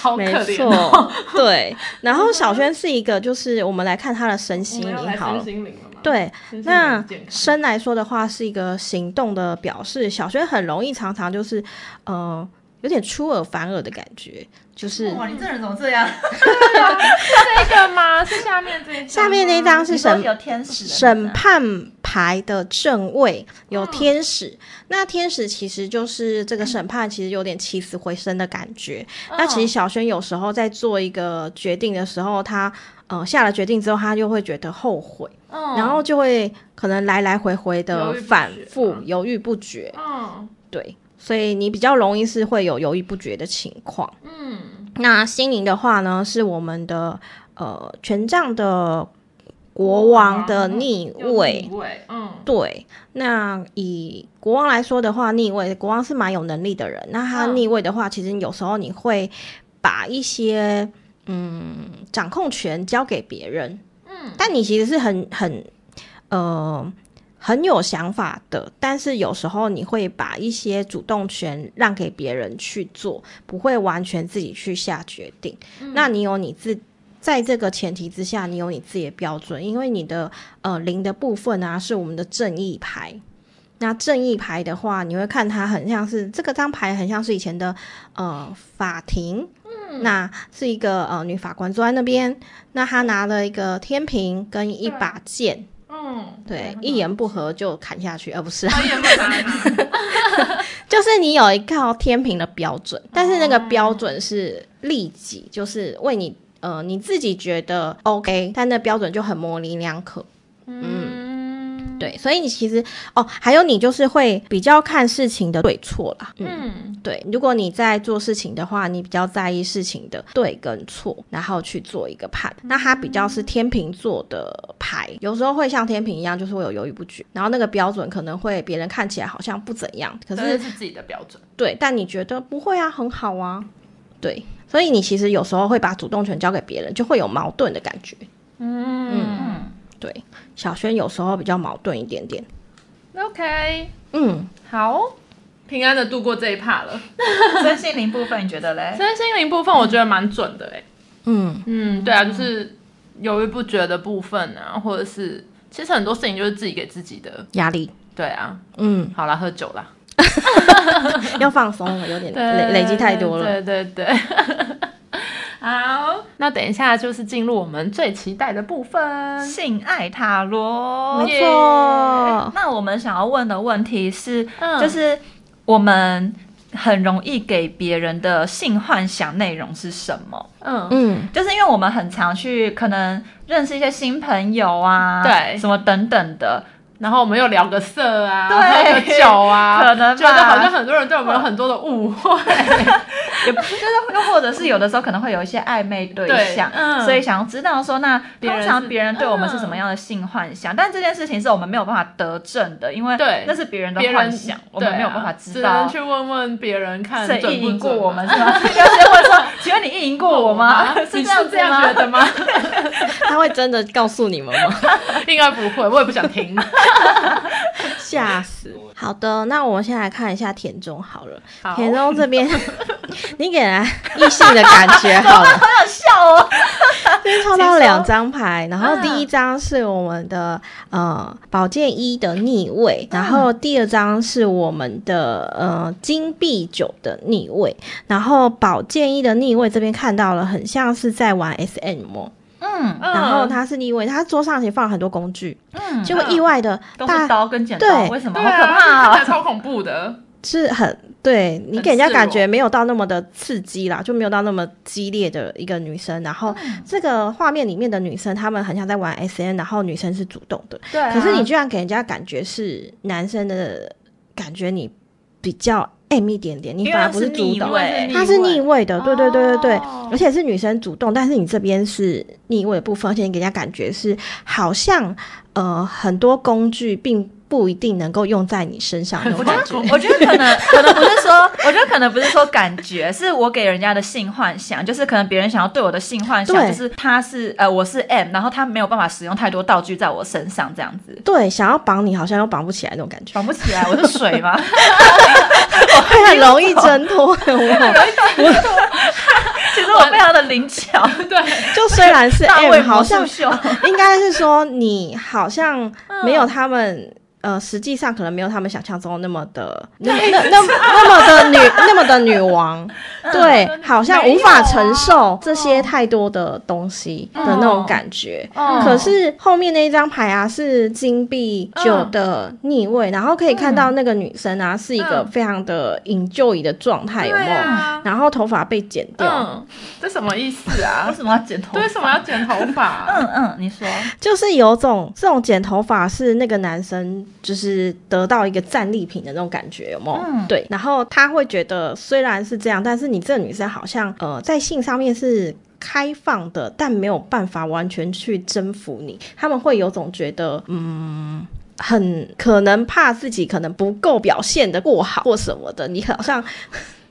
好可
没
怜哦。
错， 对。然后小轩是一个，就是我们来看他的身心
我们要
灵
来
好
身
了。
心灵了吗？
对，
身心灵
那
健康，
身来说的话，是一个行动的表示。小轩很容易常常就是，呃，有点出尔反尔的感觉，就是
哇，你这人怎么这样？
是这个吗？是下面这一张吗
下面那一张是
你说
审
有天使的
审
那张
判牌的正位
哦
有天使，那天使其实就是这个审判，其实有点起死回生的感觉。
哦
那其实小轩有时候在做一个决定的时候，他呃下了决定之后，他就会觉得后悔，
嗯
然后就会可能来来回回
犹
的
豫不决
反复
嗯
犹豫不决，
嗯
对。所以你比较容易是会有犹豫不决的情况。
嗯
那心灵的话呢，是我们的呃权杖的国王的逆
有
位
逆，位，嗯
对，那以国王来说的话，逆位国王是蛮有能力的人。那他
嗯
逆位的话，其实有时候你会把一些嗯掌控权交给别人，
嗯，
但你其实是很很呃很有想法的，但是有时候你会把一些主动权让给别人去做，不会完全自己去下决定。
嗯
那你有你自在这个前提之下，你有你自己的标准，因为你的呃零的部分啊是我们的正义牌。那正义牌的话，你会看它很像是这个张牌，很像是以前的呃法庭，嗯，那是一个呃女法官坐在那边，那她拿了一个天平跟一把剑，
嗯，
对，一言不合就砍下去，而、不是啊、
好眼不眨眼
就是你有一套天平的标准，但是那个标准是利己，就是为你呃你自己觉得 OK，但那标准就很模棱两可。
嗯，
对，所以你其实哦，还有你就是会比较看事情的对错啦。嗯，
嗯，
对，如果你在做事情的话，你比较在意事情的对跟错，然后去做一个判。那它比较是天秤座的牌，有时候会像天平一样，就是会有犹豫不决，然后那个标准可能会别人看起来好像不怎样，可
但
是
是自己的标准。
对，但你觉得不会啊，很好啊，对。所以你其实有时候会把主动权交给别人，就会有矛盾的感觉。
嗯
对，小轩有时候比较矛盾一点点。
，OK，
嗯，
好，平安的度过这一趴了。
身心灵部分你觉得 嘞？
身心灵部分我觉得蛮准的哎、
嗯，
嗯，对啊，就是犹豫不决的部分啊，或者是其实很多事情就是自己给自己的。
压力，
对啊，
嗯，
好啦，喝酒啦，
要放松了，有点累累积太多
对
了。
对对。 好，那等一下就是进入我们最期待的部分。
性爱塔罗，
没错，
那我们想要问的问题是，
嗯
就是我们很容易给别人的性幻想内容是什么？
嗯，
嗯
就是因为我们很常去可能认识一些新朋友啊，
对
什么等等的，
然后我们又聊个色啊，
对
喝个酒 啊，
可能吧
觉得好像很多人对我们有很多的误会。
也不就是 又或者是有的时候可能会有一些暧昧对象，
对嗯
所以想要知道说，那
别人
通
是嗯
常别人对我们是什么样的性幻想？但这件事情是我们没有办法得证的，因为
对
那是别人的
别人
幻想，我们
对啊
没有办法知
只
道
能去问问别人看
谁
准啊
意
不
淫
准
过我们
嘛
是吗？ 要先问说，请问你意淫过我吗？ 是
哦你
这样
是
子
这样
吗
觉？得吗？
他会真的告诉你们吗？
应该不会，我也不想 听。
吓死！好的，那我们先来看一下田中好了。
好
田中这边，你给人异性的感觉好了。
好想笑哦！
先抽到两张牌，然后第一张是我们的、呃宝剑一的逆位，然后第二张是我们的呃金币九的逆位，然后宝剑一的逆位这边看到了，很像是在玩哦 SM，、
嗯
然后
他
它是逆位，它桌上其实放了很多工具，
嗯，
结果意外的
都是
大、
刀跟剪刀，
对
为什么好可
哦
怕
啊，
啊？
超恐怖的。
是很对你给人家
很赤裸
感觉没有到那么的刺激啦，就没有到那么激烈的一个女生，然后
嗯
这个画面里面的女生她们很像在玩 SM，然后女生是主动的。
对啊
可是你居然给人家感觉是男生的感觉，你比较 M 一点点，你
因为
反而不主
逆
导，欸
位，
他是逆位的， 对对对对对，
哦
而且是女生主动，但是你这边是逆位的部分，而且你给人家感觉是好像呃很多工具并不一定能够用在你身上 那种感觉。
我觉得可能可能不是说，我觉得可能不是说感觉，是我给人家的性幻想，就是可能别人想要对我的性幻想，
对
就是他是呃我是 M，然后他没有办法使用太多道具在我身上这样子。
对，想要绑你好像又绑不起来那种 感觉，
绑不起来，我是水吗？
会很容易
哦
挣脱，有没有
其实我非常的灵巧，
对，
就虽然是
大卫
M，好
魔
像
术秀。
应该是说你好像
嗯
没有他们。呃，实际上可能没有他们想象中那么的那那那那么的 女那么的女王，
嗯
对，好像
啊
无法承受这些太多的东西
嗯
的那种感觉。
哦
可是后面那一张牌啊，是金币九的逆
嗯
位，然后可以看到那个女生啊，是一个非常的 enjoy 的状态，哎有没
对
有？
啊
然后头发被剪掉，
嗯，这什么意思 啊
哦为？什么要剪头发？
为什么要剪头发？啊
嗯嗯，你说，
就是有种这种剪头发是那个男生就是得到一个战利品的那种感觉，有没有？
嗯
对，然后他会觉得虽然是这样，但是你这个女生好像呃在性上面是。开放的，但没有办法完全去征服你。他们会有种觉得，嗯，很可能怕自己可能不够表现的过好或什么的，你好像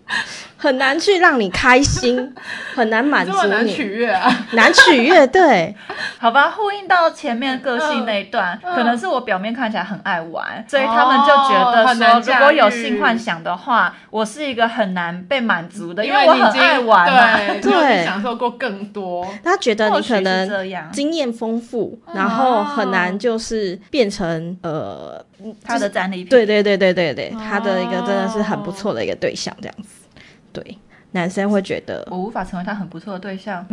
很难去让你开心，很难满
这
足
么难取
你，
悦 啊？
难取悦。对，
好吧，呼应到前面个性那一段，
嗯嗯
可能是我表面看起来很爱玩，所以他们就觉
哦
得
很难
说，如果有
驾驭
性幻想的话，我是一个很难被满足的，因
为
我
你已
很
经
爱玩嘛。
对，
啊对
因为你享受过更多。
他觉得
或
你
许
可
是
能
这样，
经验丰富，然后很难就是变成呃，
他的战利品。
对对对对对对，他的一个
哦
真的是很不错的一个对象这样子。对，男生会觉得
我无法成为他很不错的对象，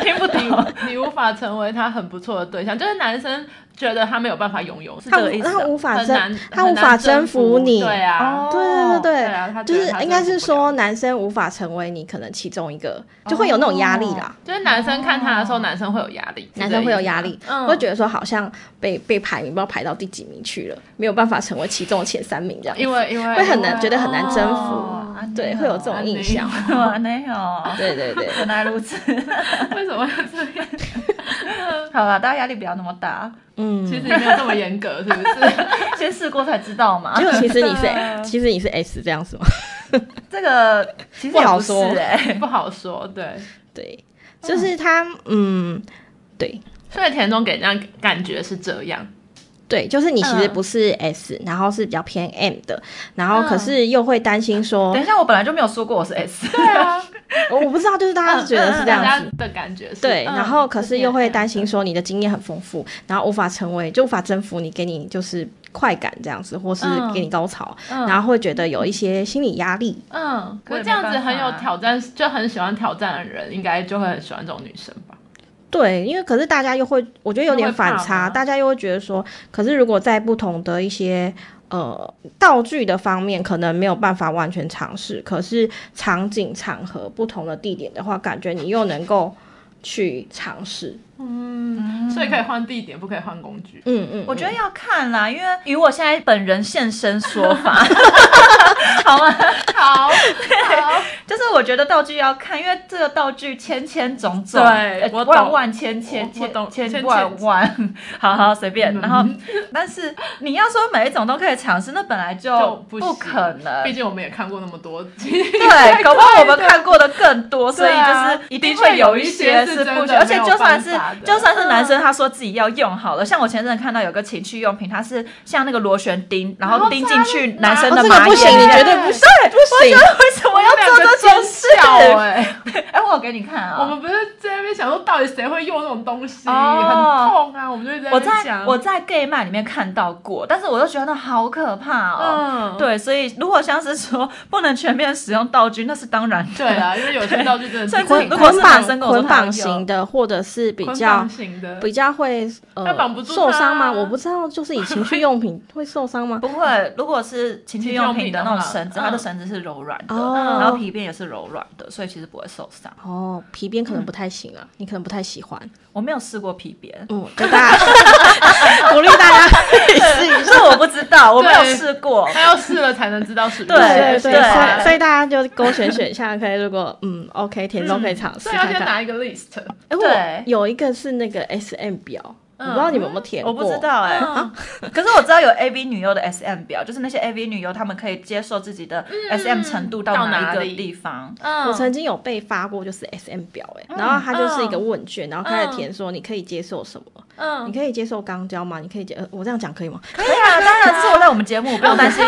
听不懂。
你无法成为他很不错的对象，就是男生觉得他没有办法拥有，是
他
这个意
无
思
他
啊。
无法
很
征，
难，
他
很
无
难
法
征
征服你
对啊，
哦
对对
对
对
啊，他觉
就
得
是
他
应该
征
是
服不了
说，男生无法成为你可能其中一个，就会有那种压力啦。
就是男生看他的时候，男生会有压力，
哦男生会有压力，会
得
觉得说好像被被排名，不知道排到第几名去了，没有办法成为其中的前三名这样。
因为因为啊
会很难觉得很难征服
哦安妮
对，
哦
会有这种印象。
哇，没有，
对对对，
原来如此。
为什么会这样？
好啦，大家压力不要那么大，
嗯，
其实也没有这么严格，是不 是？
先试过才知道嘛
结。果其实你是
真的
A，其实你是 S 这样子吗？
这个其实
不
也
好
是
说
哎、
不好说，对。
对，就是他，嗯，对
所以田中给人家感觉是这样，
对，就是你其实
嗯
不是 S，、然后是比较偏 M 的，然后可
嗯
是又会担心说哦
等，一下，我本来就没有说过我是 S，
对啊，
我我不知道，就是大
嗯
家是觉得是这样子。
大家的感觉是
对，
嗯
然后可是又会担心
是
说你的经验很丰富，然后无法成为就无法征服你，给你就是快感这样子，或是
嗯
给你高潮，
这样嗯
然后会觉得有一些心理压力。
嗯，可
我也
是
没
这样子
办
啊
法
很有挑战，就很喜欢挑战的人，应该就会很喜欢这种女生吧？
对，因为可是大家又会，我觉得有点反
又会怕
差，
吗
大家又会觉得说，可是如果在不同的一些呃道具的方面，可能没有办法完全尝试，可是场景、场合、不同的地点的话，感觉你又能够去尝试。
嗯，所以可以换地点，不可以换工具。
嗯嗯，
我觉
得
得要看啦，因为以我现在本人现身说 法，好吗？
好，好，
就是我觉得道具要看，因为这个道具千千种种，
对
呃
我懂
万万千千
我我
千
懂千
千
千嗯
万万， 好好随便。然后，但是你要说每一种都可以尝试，那本来
就
就
不
不
行
可能
毕。竟我们也看过那么多集，
对，搞不好我们看过的更多，所以
对
就
啊
是一定
的确
会有
有一
一
些
些
是
是不
真
需
的
要，而且就算
没
是
有办法的嗯
就算是男生他说自己要用好了，像我前阵子看到有个情趣用品，它是像那个螺旋钉，然
然后
后钉进去男生
真
的
哦这个
马
不行，
眼
你
里
绝
欸
面。
对不行，不
为
行。
什么要做这种事？
哎、
哎，我有给你看啊，
我们不是在那边想说，到底谁会用这种东西，
哦
很痛啊！我们就一直在
我
那边
在
讲，
我在 gay 漫里面看到过，但是我就觉得好可怕哦。
嗯，
对，所以如果像是说不能全面使用道具，那是当然的。
对啊，因为有些道具真的
甚
是
至
捆
如果
捆
是
绑
男生跟我说
捆
他
绑
有
型的，或者是比
捆
较
绑型的，
比较会呃
他绑不住
受
他
伤吗？
啊
我不知道，就是以情趣用品 会受伤 吗？
不会，如果是情趣用品的那种绳子，
情趣用品的话嗯
它的绳子是柔软的，
哦
然后皮鞭也是柔软的，所以其实不会受伤。
哦，皮鞭可能不太行啊，你可能不太喜欢。
我没有试过皮鞭，
嗯，跟大家鼓励大家可 以试一下。
这我不知道，我没有
对
试过。
他要试了才能知道是不是
对对
对对，所以所以大家就勾选选项，可以如果嗯 OK，田中可以尝试
所以要
看
先
看。
拿一个 list，
哎，
对嗯
我有一个是那个 SM 表，我不知道你们有没有填过？
我不知道哎、
嗯
可是我知道有 A V 女优的 S M 表，就是那些 A V 女优她们可以接受自己的 S M 程度到
嗯到
哪
哪
一个
里
地方。
嗯
我曾经有被发过，就是 S M 表
嗯
哎、然后它就是一个问卷，然后开始填说你可以接受什么，
嗯，
你可以接受肛交吗？你可以接，呃我这样讲可以吗？
可以啊，当然，这是我在我们节目，不用担心。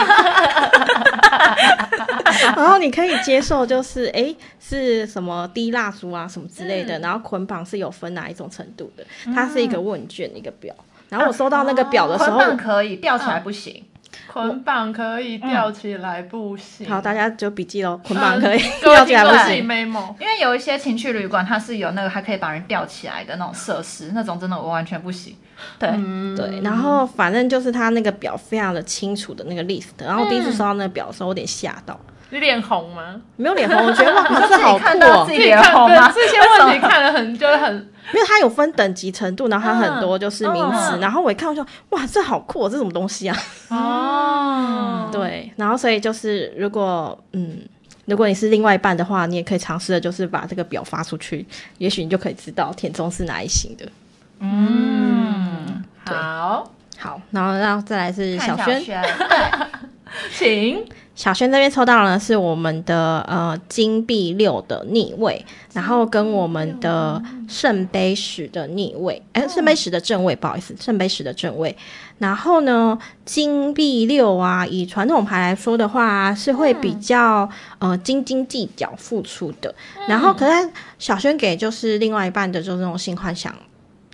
然后你可以接受就是哎、诶是什么滴蜡烛啊什么之类的，
嗯
然后捆绑是有分哪一种程度的，它是一个问卷一个表。然后我收到那个表的时
哦捆
候，
绑可以，吊起
嗯
来不行。
捆绑可以吊起来不行，
嗯好，大
家
家就笔记喽，捆绑可以，
嗯
各位
吊起
听
来
众
不
自己
行。
memo，
因为有一些情趣旅馆，它是有那个还可以把人吊起来的那种设施，那种真的我完全不行。对，
嗯，
对，然后反正就是他那个表非常的清楚的那个 list，然
嗯
后我第一次收到那个表的时候，我有点吓到，
你脸红吗？
没有脸红，我觉得哇，这好 酷
看
哦
到自！己脸红
对
吗？
这些问题看了很就是很
因为它有分等级程度，然后它很多就是名词，
嗯嗯
然后我一看我就哇，这好酷、哦，这什么东西啊？
哦，
对，然后所以就是如果嗯，如果你是另外一半的话，你也可以尝试的，就是把这个表发出去，也许你就可以知道田中是哪一型的。
嗯，
好，
好，然后然后再来是
看
小
小
轩，
轩，
请
小轩这边抽到的是我们的呃金币六的逆位，然后跟我们的圣杯十的逆位，
哦
哎、圣杯十的正位，不好意思，圣杯十的正位。然后呢，金币六啊，以传统牌来说的话、是会比较、呃斤斤计较、付出的。然后，可是小轩给就是另外一半的就是那种性幻想。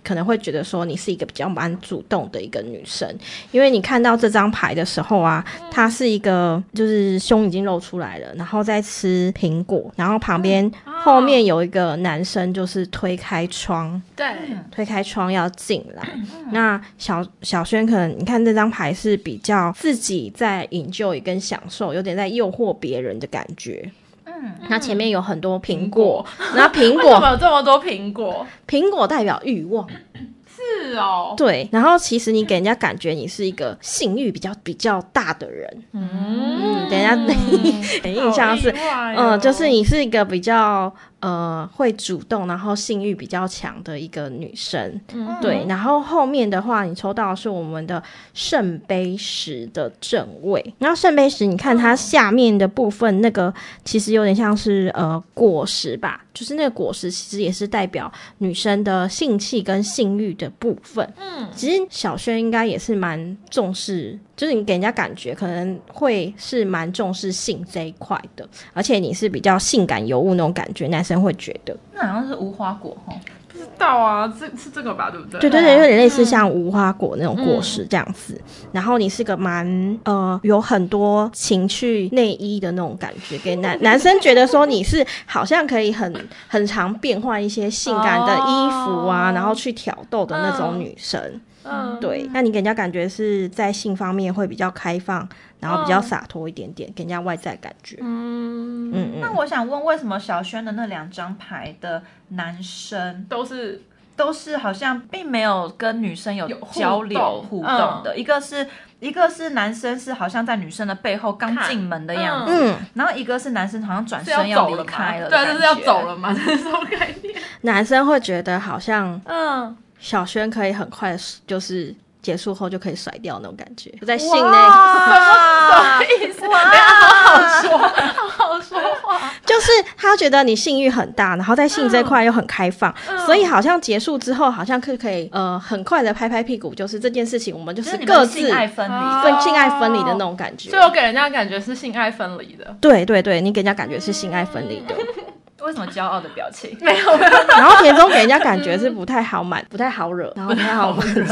可能会觉得说你是一个比较蛮主动的一个女生，因为你看到这张牌的时候啊，它是一个就是胸已经露出来了，然后再吃苹果，然后旁边后面有一个男生就是推开窗，
对，
推开窗要进来。那小小轩可能你看这张牌是比较自己在 enjoy 跟享受，有点在诱惑别人的感觉。嗯，那前面有很多苹果，那苹
为什么
果
有这么多苹果？
苹果代表欲望，
是哦，
对。然后其实你给人家感觉你是一个性欲比较比较大的人，嗯，等一下，等一下印象是，
嗯、
嗯，就是你是一个比较呃会主动，然后性欲比较强的一个女生，
嗯
对。然后后面的话，你抽到的是我们的圣杯十的正位。然后圣杯十，你看
嗯
它下面的部分，那个其实有点像是呃果实吧，就是那个果实其实也是代表女生的性器跟性欲的部分。
嗯，
其实小轩应该也是蛮重视，就是你给人家感觉可能会是蛮重视性这一块的，而且你是比较性感尤物那种感觉，男生会觉得，
那好像是无花果哈，
不知道啊，这是这个吧，对不对？
对对
啊
对，有点类似像无花果那种果实这样子。
嗯
然后你是个蛮呃有很多情趣内衣的那种感觉，给
嗯
男男生觉得说你是好像可以很很常变换一些性感的衣服
哦
啊，然后去挑逗的那种
嗯
女生。
嗯，
对，那你给人家感觉是在性方面会比较开放，然后比较洒脱一点点，给人家外在感觉。
嗯
嗯嗯，
那我想问，为什么小轩的那两张牌的男生
都是
都是好像并没有跟女生有
有互
交流
动
互动的？一个是一个是男生是好像在女生的背后刚
看
进门的样子，
嗯，
然后一个是男生好像转
是要
身
走
离
了
开了，
吗？嗯对，啊就是要走。了嘛， 这种概念。
男生会觉得好像
嗯，
小轩可以很快地就是结束后就可以甩掉那种感觉，在性内
哇，哇，
好说话，
就是他觉得你性欲很大，然后在性这块又很开放，
嗯
所以好像结束之后好像可可以呃很快的拍拍屁股，就是这件事情我们就
就是是你们
各自
性爱分哦离。
啊
跟性爱分离的那种感觉
所以。我给人家感觉是性爱分离的。
对对对，你给人家感觉是性爱分离的。
为什么骄傲的表情？
没有没有，
然后田中给人家感觉是不太好满，不太好惹，然后不太好惹。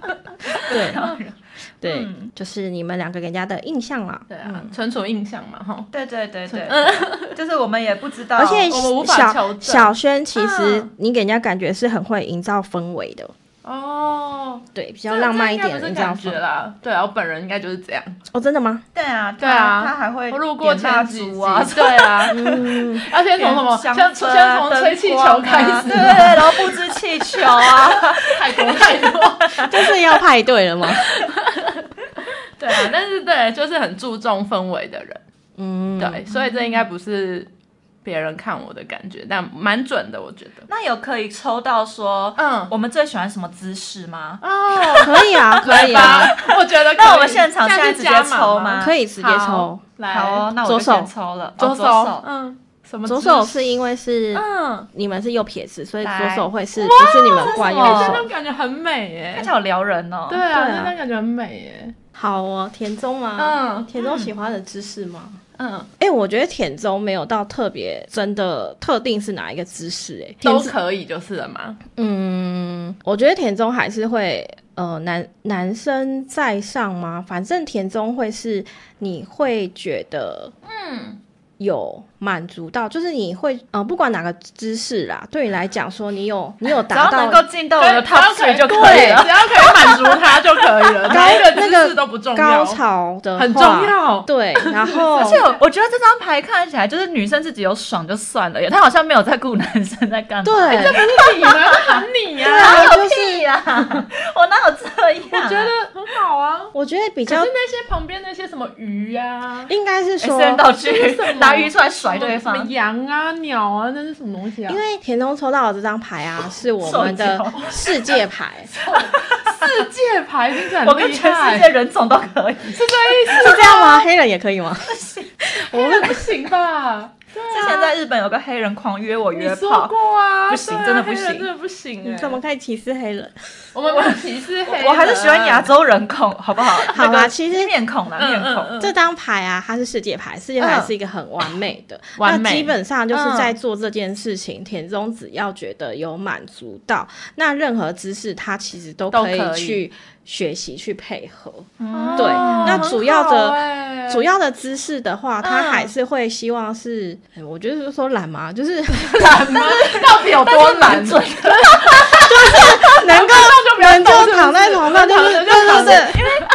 对对，
嗯
就是你们两个给人家的印象啦。
对啊，纯属印象嘛，哈。
对对对对， 对就是我们也不知道，
而且
我们无法求
小
证
小轩其实
嗯
你给人家感觉是很会营造氛围的，
哦，
对，比较浪漫一点
这
的
应
营
该
造
不是
氛
感觉
围。
啦。对啊，我本人应该就是这样。
哦，真的 吗？
对啊，
对啊，
他还会
我路过
点
前
蜡
几
烛
集
啊，
对啊，
嗯，
要先从什么？
香
先
氛啊
先从吹气球开
灯光啊
始
对，然后布置气球啊，
泰国泰国。
就是要派对 了吗？
对啊，但是对，就是很注重氛围的人，
嗯，
对，所以这应该不是别人看我的感觉，但蛮准的，我觉得。
那有可以抽到说，
嗯
我们最喜欢什么姿势吗？
哦，
可以 啊，可以啊，
吧，我觉得可以。
那我们现场
现
现在
是
直接
加码
抽吗
可以直接抽
好。来，
好哦，那我就
左手
先抽了，哦
左
左手
手，，嗯，什么姿
左
势？
手是因为是
嗯，
你们是右撇子，所以
来
左手会是不是你们挂右
哇这
这
手
种？感觉很美耶
看起。来好撩人哦。
对啊，
对啊
这种感觉很美耶。
好哦，田中吗？
嗯
田中喜欢的姿势吗？
嗯，
哎、我觉得舔中没有到特别真的特定是哪一个姿势、哎，
都
舔中
可以就是了嘛。
嗯，我觉得舔中还是会呃男男生在上吗？反正舔中会是你会觉得嗯有满足到，就是你会呃不管哪个姿势啦，对你来讲说你
哎
有你有
只要
达
能
到
够进到我的
只要
top
可
three
以
就可以
对
了。
只要可以满足他就可 以了，
高
哪一个
那
姿
个
势都不重要，
高 潮的
很
话
重。要。
对，然后
而且我我觉得这张牌看起来就是女生自己有爽就算了耶，她好像没有在顾男生在干嘛。
哎
对，
你们喊你呀、
哪
对
有
就是
屁呀、我哪有这样、哎
我觉得很好啊。
我觉得比
可
较
是那些旁边那些什么鱼啊，
应该是
私
说
人道
是
具
什么
拿鱼出来甩对
什
方
么，羊啊、鸟啊，那是什么东西啊？
因为田中抽到的这张牌啊，是我们的
手
世界 牌，
世界牌听起来
我
很
跟
厉
全世
害，
界人种都可以。
是这意思
是这样吗？黑人也可以吗？
我们不行吧？
之前在日本有个黑人狂约我
你
约
说
炮，
过啊，
不行
对啊
真的不
黑人
行
真的不行哎、
你怎么可以歧视黑人？
我们没有歧视黑人
我还是喜欢亚洲人控，好不好？
好
那
啦，
个
其实
面孔啦，
嗯
面
嗯
孔
嗯。
这张牌啊，它是世界牌，世界牌
嗯
是一个很完美的。
嗯完
那
美
基本上就是在做这件事情，田中只要觉得有满足到，那任何知识他其实都
都
可
可以
以去学习去配合。
嗯
对
啊
那主要的主
要
要的知识的话，他
嗯
还是会希望是，哎我觉得说懒嘛，就 是
到底有多难？
准
能够
不要
能够
动是不是
躺在床上，就是
躺着
对
就躺
对
着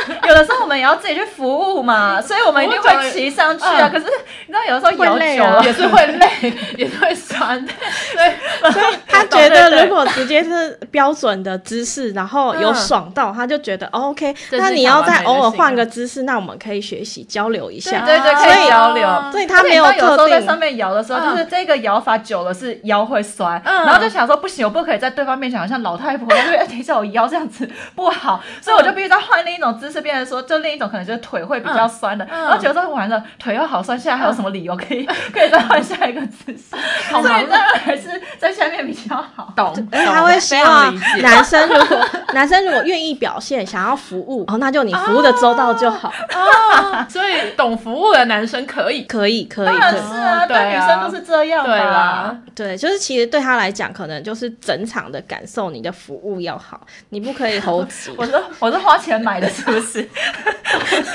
对，
有的时候我们也要自己去服务嘛，所以我们一定会骑上去啊。
嗯
可是你知道，有的时候
会
摇
累
久
啊
了，
也是会累， 也是会酸，对，
他
懂
觉
对对
得如果直接是标准的姿势，然后有爽到，他就觉得、哦 OK。
这是
那你
一个
要
完美
再
的
偶尔
形
换
容
个姿势，那我们可以学习交流一下。
对对，
啊
可以交
所
流。
所以他没
有时
特
候在
定
上。面摇的时候，
嗯
就是这个摇法久了是腰会酸，
嗯
然后就想说不行，我不可以在对方面前好像老太婆，因为哎等一下我腰这样子不好，所以我就必须再换另一种姿势，变成说就另一种可能就是腿会比较酸的，
嗯
然后觉得说完了腿又好酸，现在还有什么理由可以可以再换下一个姿势？
好
所
忙
以当然还是在下面比较 好。
懂，
而且哎他会希
非
望
常理解。
男生如果男生如果愿意表现，想要服务，哦，那就你服务的周到就好。
哦，所以懂服务的男生可以，
可以，可以，
当然
可
是
以。
啊，
哦对啊
对女生都是这样
对
吧
啦。，
对，就是其实对他来讲，可能就是整场的感受，你的服务要好，你不可以猴急。
我是我是花钱买的，是不是？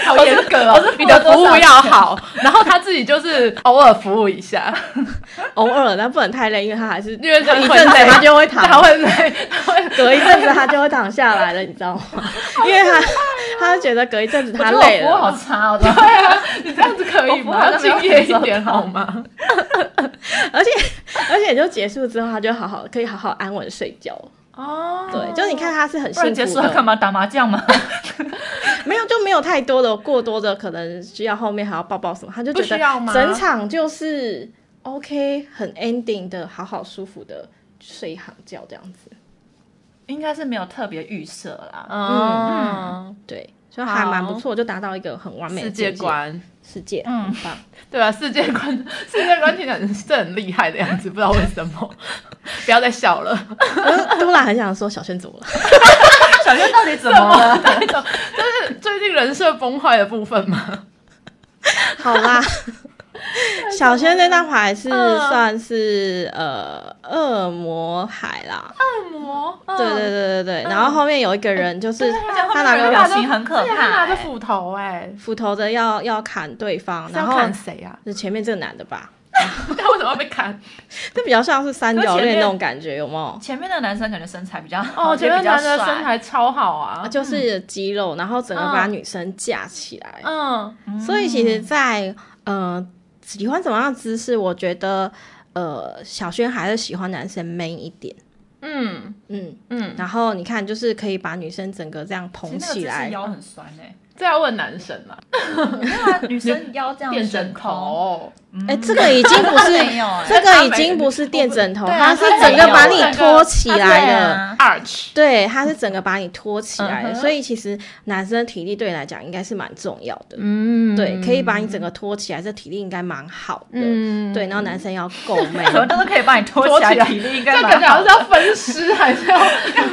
好严格
我是
哦，你的
付了
服
多少
务要好，然后他自己就是偶尔服务一下，
偶尔，但不能太累，因为他还是
因为他
一
会
阵子
累
他就会躺
他会累，他会
隔一阵子他就会躺下来了，你知道吗？因为他他就觉得隔一阵子
哦我
他
觉得我
累
服务好
了，
差哦，真的
你这样子可以
我服务
吗？要
好像没有
敬业一点好吗？
而且而且就结束之后，他就好好可以好好安稳睡觉。
哦，
对，就你看他是很
不然
幸
结
福
束了干
的，
嘛？打麻将吗？
没有就没有太多的过多的可能需要后面还要抱抱什么，他就
不
觉
需
得
要吗
整场就是 OK 很 ending 的，好好舒服的睡一行觉这样子。
应该是没有特别预设啦。
嗯，
对，所以还蛮不
好
错，就达到一个很完美的
世界
境界，
观，
世界
嗯
很棒。
对啊，世界观， 世界观听起来是很厉害的样子，不知道为什么。 不要再笑了，
我呃突然很想说小轩怎么了？
小月到底怎么 了？
这是最近人设崩坏的部分吗？
好 啦，小轩这张牌是
嗯
算是、呃恶魔牌啦，
嗯
恶魔，嗯
对对对对对。然后后面有一个人就是他拿
面有
着
表情很可
对啊他拿
怕欸
着。斧头，哎，
斧头的要要砍对方，
是
然
要
后
砍谁啊？
是前面这个男的吧，
他为什么要被砍？
这比较像是三角
可是前
恋
面
那种感觉，有没有？
前面的男生感觉身材比较好，
哦，前面
也比较
男的
帅
身，材超好啊，
嗯
就是肌肉，然后整个把女生架起来。
嗯，
嗯
所以其实在，呃喜欢怎么样的姿势，我觉得呃小轩还是喜欢男生 man 一点，
嗯
嗯。
嗯，
然后你看，就是可以把女生整个这样
其实那
捧
个姿
起
势
来，
腰很酸 哎。
这要问男神了，
没有啊，女生腰这样
变
悬
枕
空，
头，
哎，这个已经不
没
是
有哎，
这个已经不是垫枕头，
对啊
它是整个把你托起来
对
了。
啊。
arch，
对，它是整个把你托起来的，
嗯哼
所以其实男生的体力对你来讲应该是蛮重要的。
嗯
对，可以把你整个托起来，这体力应该蛮好的。
嗯
对，然后男生要够美。
什么都是可以把你拖起来，
拖起来
体 力应
这
该
感
蛮
觉
好
好像
的。
是要分尸，还 是要要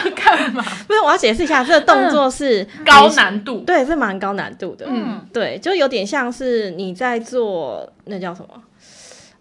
要要干嘛？
不是，我要解释一下，这个动作是
嗯高，难度，
对，是蛮高难度的。
嗯，
对，就有点像是你在做那叫什么，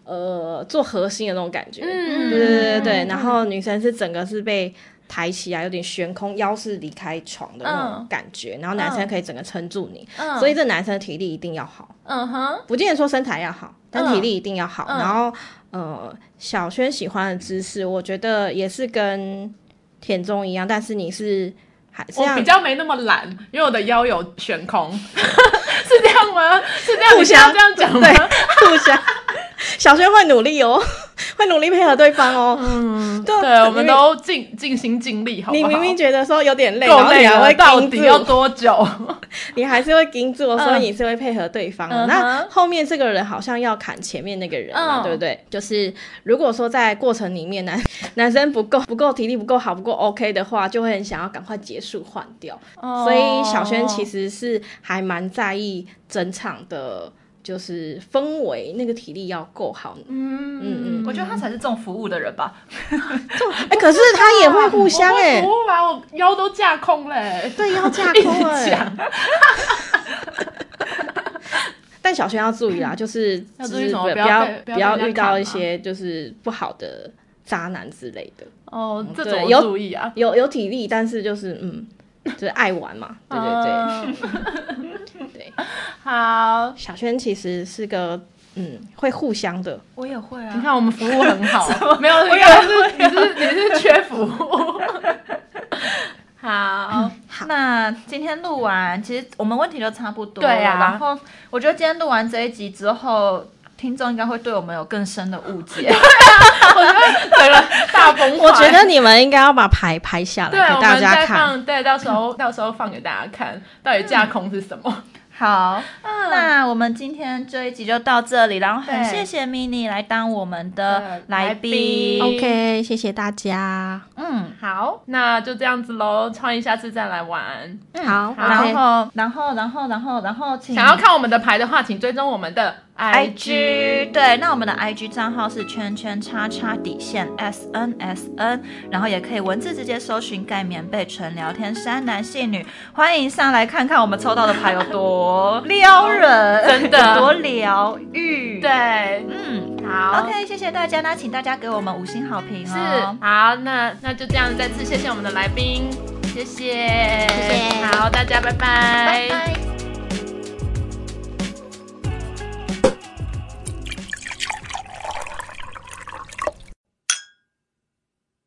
呃，做核心的那种感觉。
嗯
对对对对，
嗯
然后女生是整个是被抬起来，有点悬空，腰是离开床的那种
嗯
感觉，然后男生可以整个撑住你，
嗯
所以这男生的体力一定要好，
嗯哼，
不见得说身材要好，但
嗯
体力一定要好。
嗯
然后呃，小轩喜欢的姿势，我觉得也是跟田中一样，但是你是还是
我
要
比较没那么懒，因为我的腰有悬空， 是这样吗？是这样，
互
你是要
相
这样讲 吗？
互相。小轩会努力哦， 会努力配合对方哦。嗯，对
对，我们
你
都尽尽心尽力，好不
你
好？
明明觉得说有点累，然
够
后
累
你还
了，
会
到
盯
底要
住，
多久？
你还是会盯住，所以
嗯
你是会配合对方的。
嗯哼
那后面这个人好像要砍前面那个人嘛，
嗯
对不对？就是如果说在过程里面男 男生不够不够体力不够好不够 OK 的话，就会很想要赶快结束换掉。所以小轩其
实
实是还蛮在意整场的就是氛围，那个体力要够好。
嗯
我觉得他才是重服务的人吧。
哎、可是他也会互相哎、
我不会把我腰都架空欸嘞。
对，要架
一直
空哎、
讲，
但小轩要注意啦，就是
要
就
注意
是
什么
不
不
要
要被
不
不要被人家
遇到
看
一
嘛
些就是不好的渣男之类的。
哦，这
对
怎
有
么注意啊？
有有体力，但是就是嗯， 就是爱玩 嘛，对对
对对，
对 对。
嗯好，
小轩其实是个嗯会互相的，
我也会啊
你看我们服务很 好，没有，我
也
是你是你是缺服 务。好，
那今天录完，其实我们问题就差不多了。
对啊
然后我觉得今天录完这一集之后，听众应该会对我们有更深的误解。
整个大崩坏。
我觉得你们应该要把牌拍下来
对，我
给大
们
家
再
看。
放，对，到时候 到时候放给大家看，到底架空是什么。
好，那我们今天这一集就到这里，然后很
嗯
谢
对
谢 mini 来当我们的
对
来
来宾
宾。
OK，谢谢大家。
嗯，
好，那就这样子喽，创意下次再来玩。
好，OK
然后，然后，然后，然后，然后，请
想要看我们的牌的话，请追踪我们的
IG 对，那我们的 IG 账号是圈圈叉叉底线 S N S N，然后也可以文字直接搜寻盖棉被纯聊天山男性女，欢迎上来看看我们抽到的牌有多撩人，
哦真的
有 多疗愈。，
对，啊
嗯
好
，OK，谢谢大家，那请大家给我们五星好评
是
哦。
好，那那就这样，再次谢谢我们的来宾，谢谢，谢
谢
好，大家拜拜
拜拜。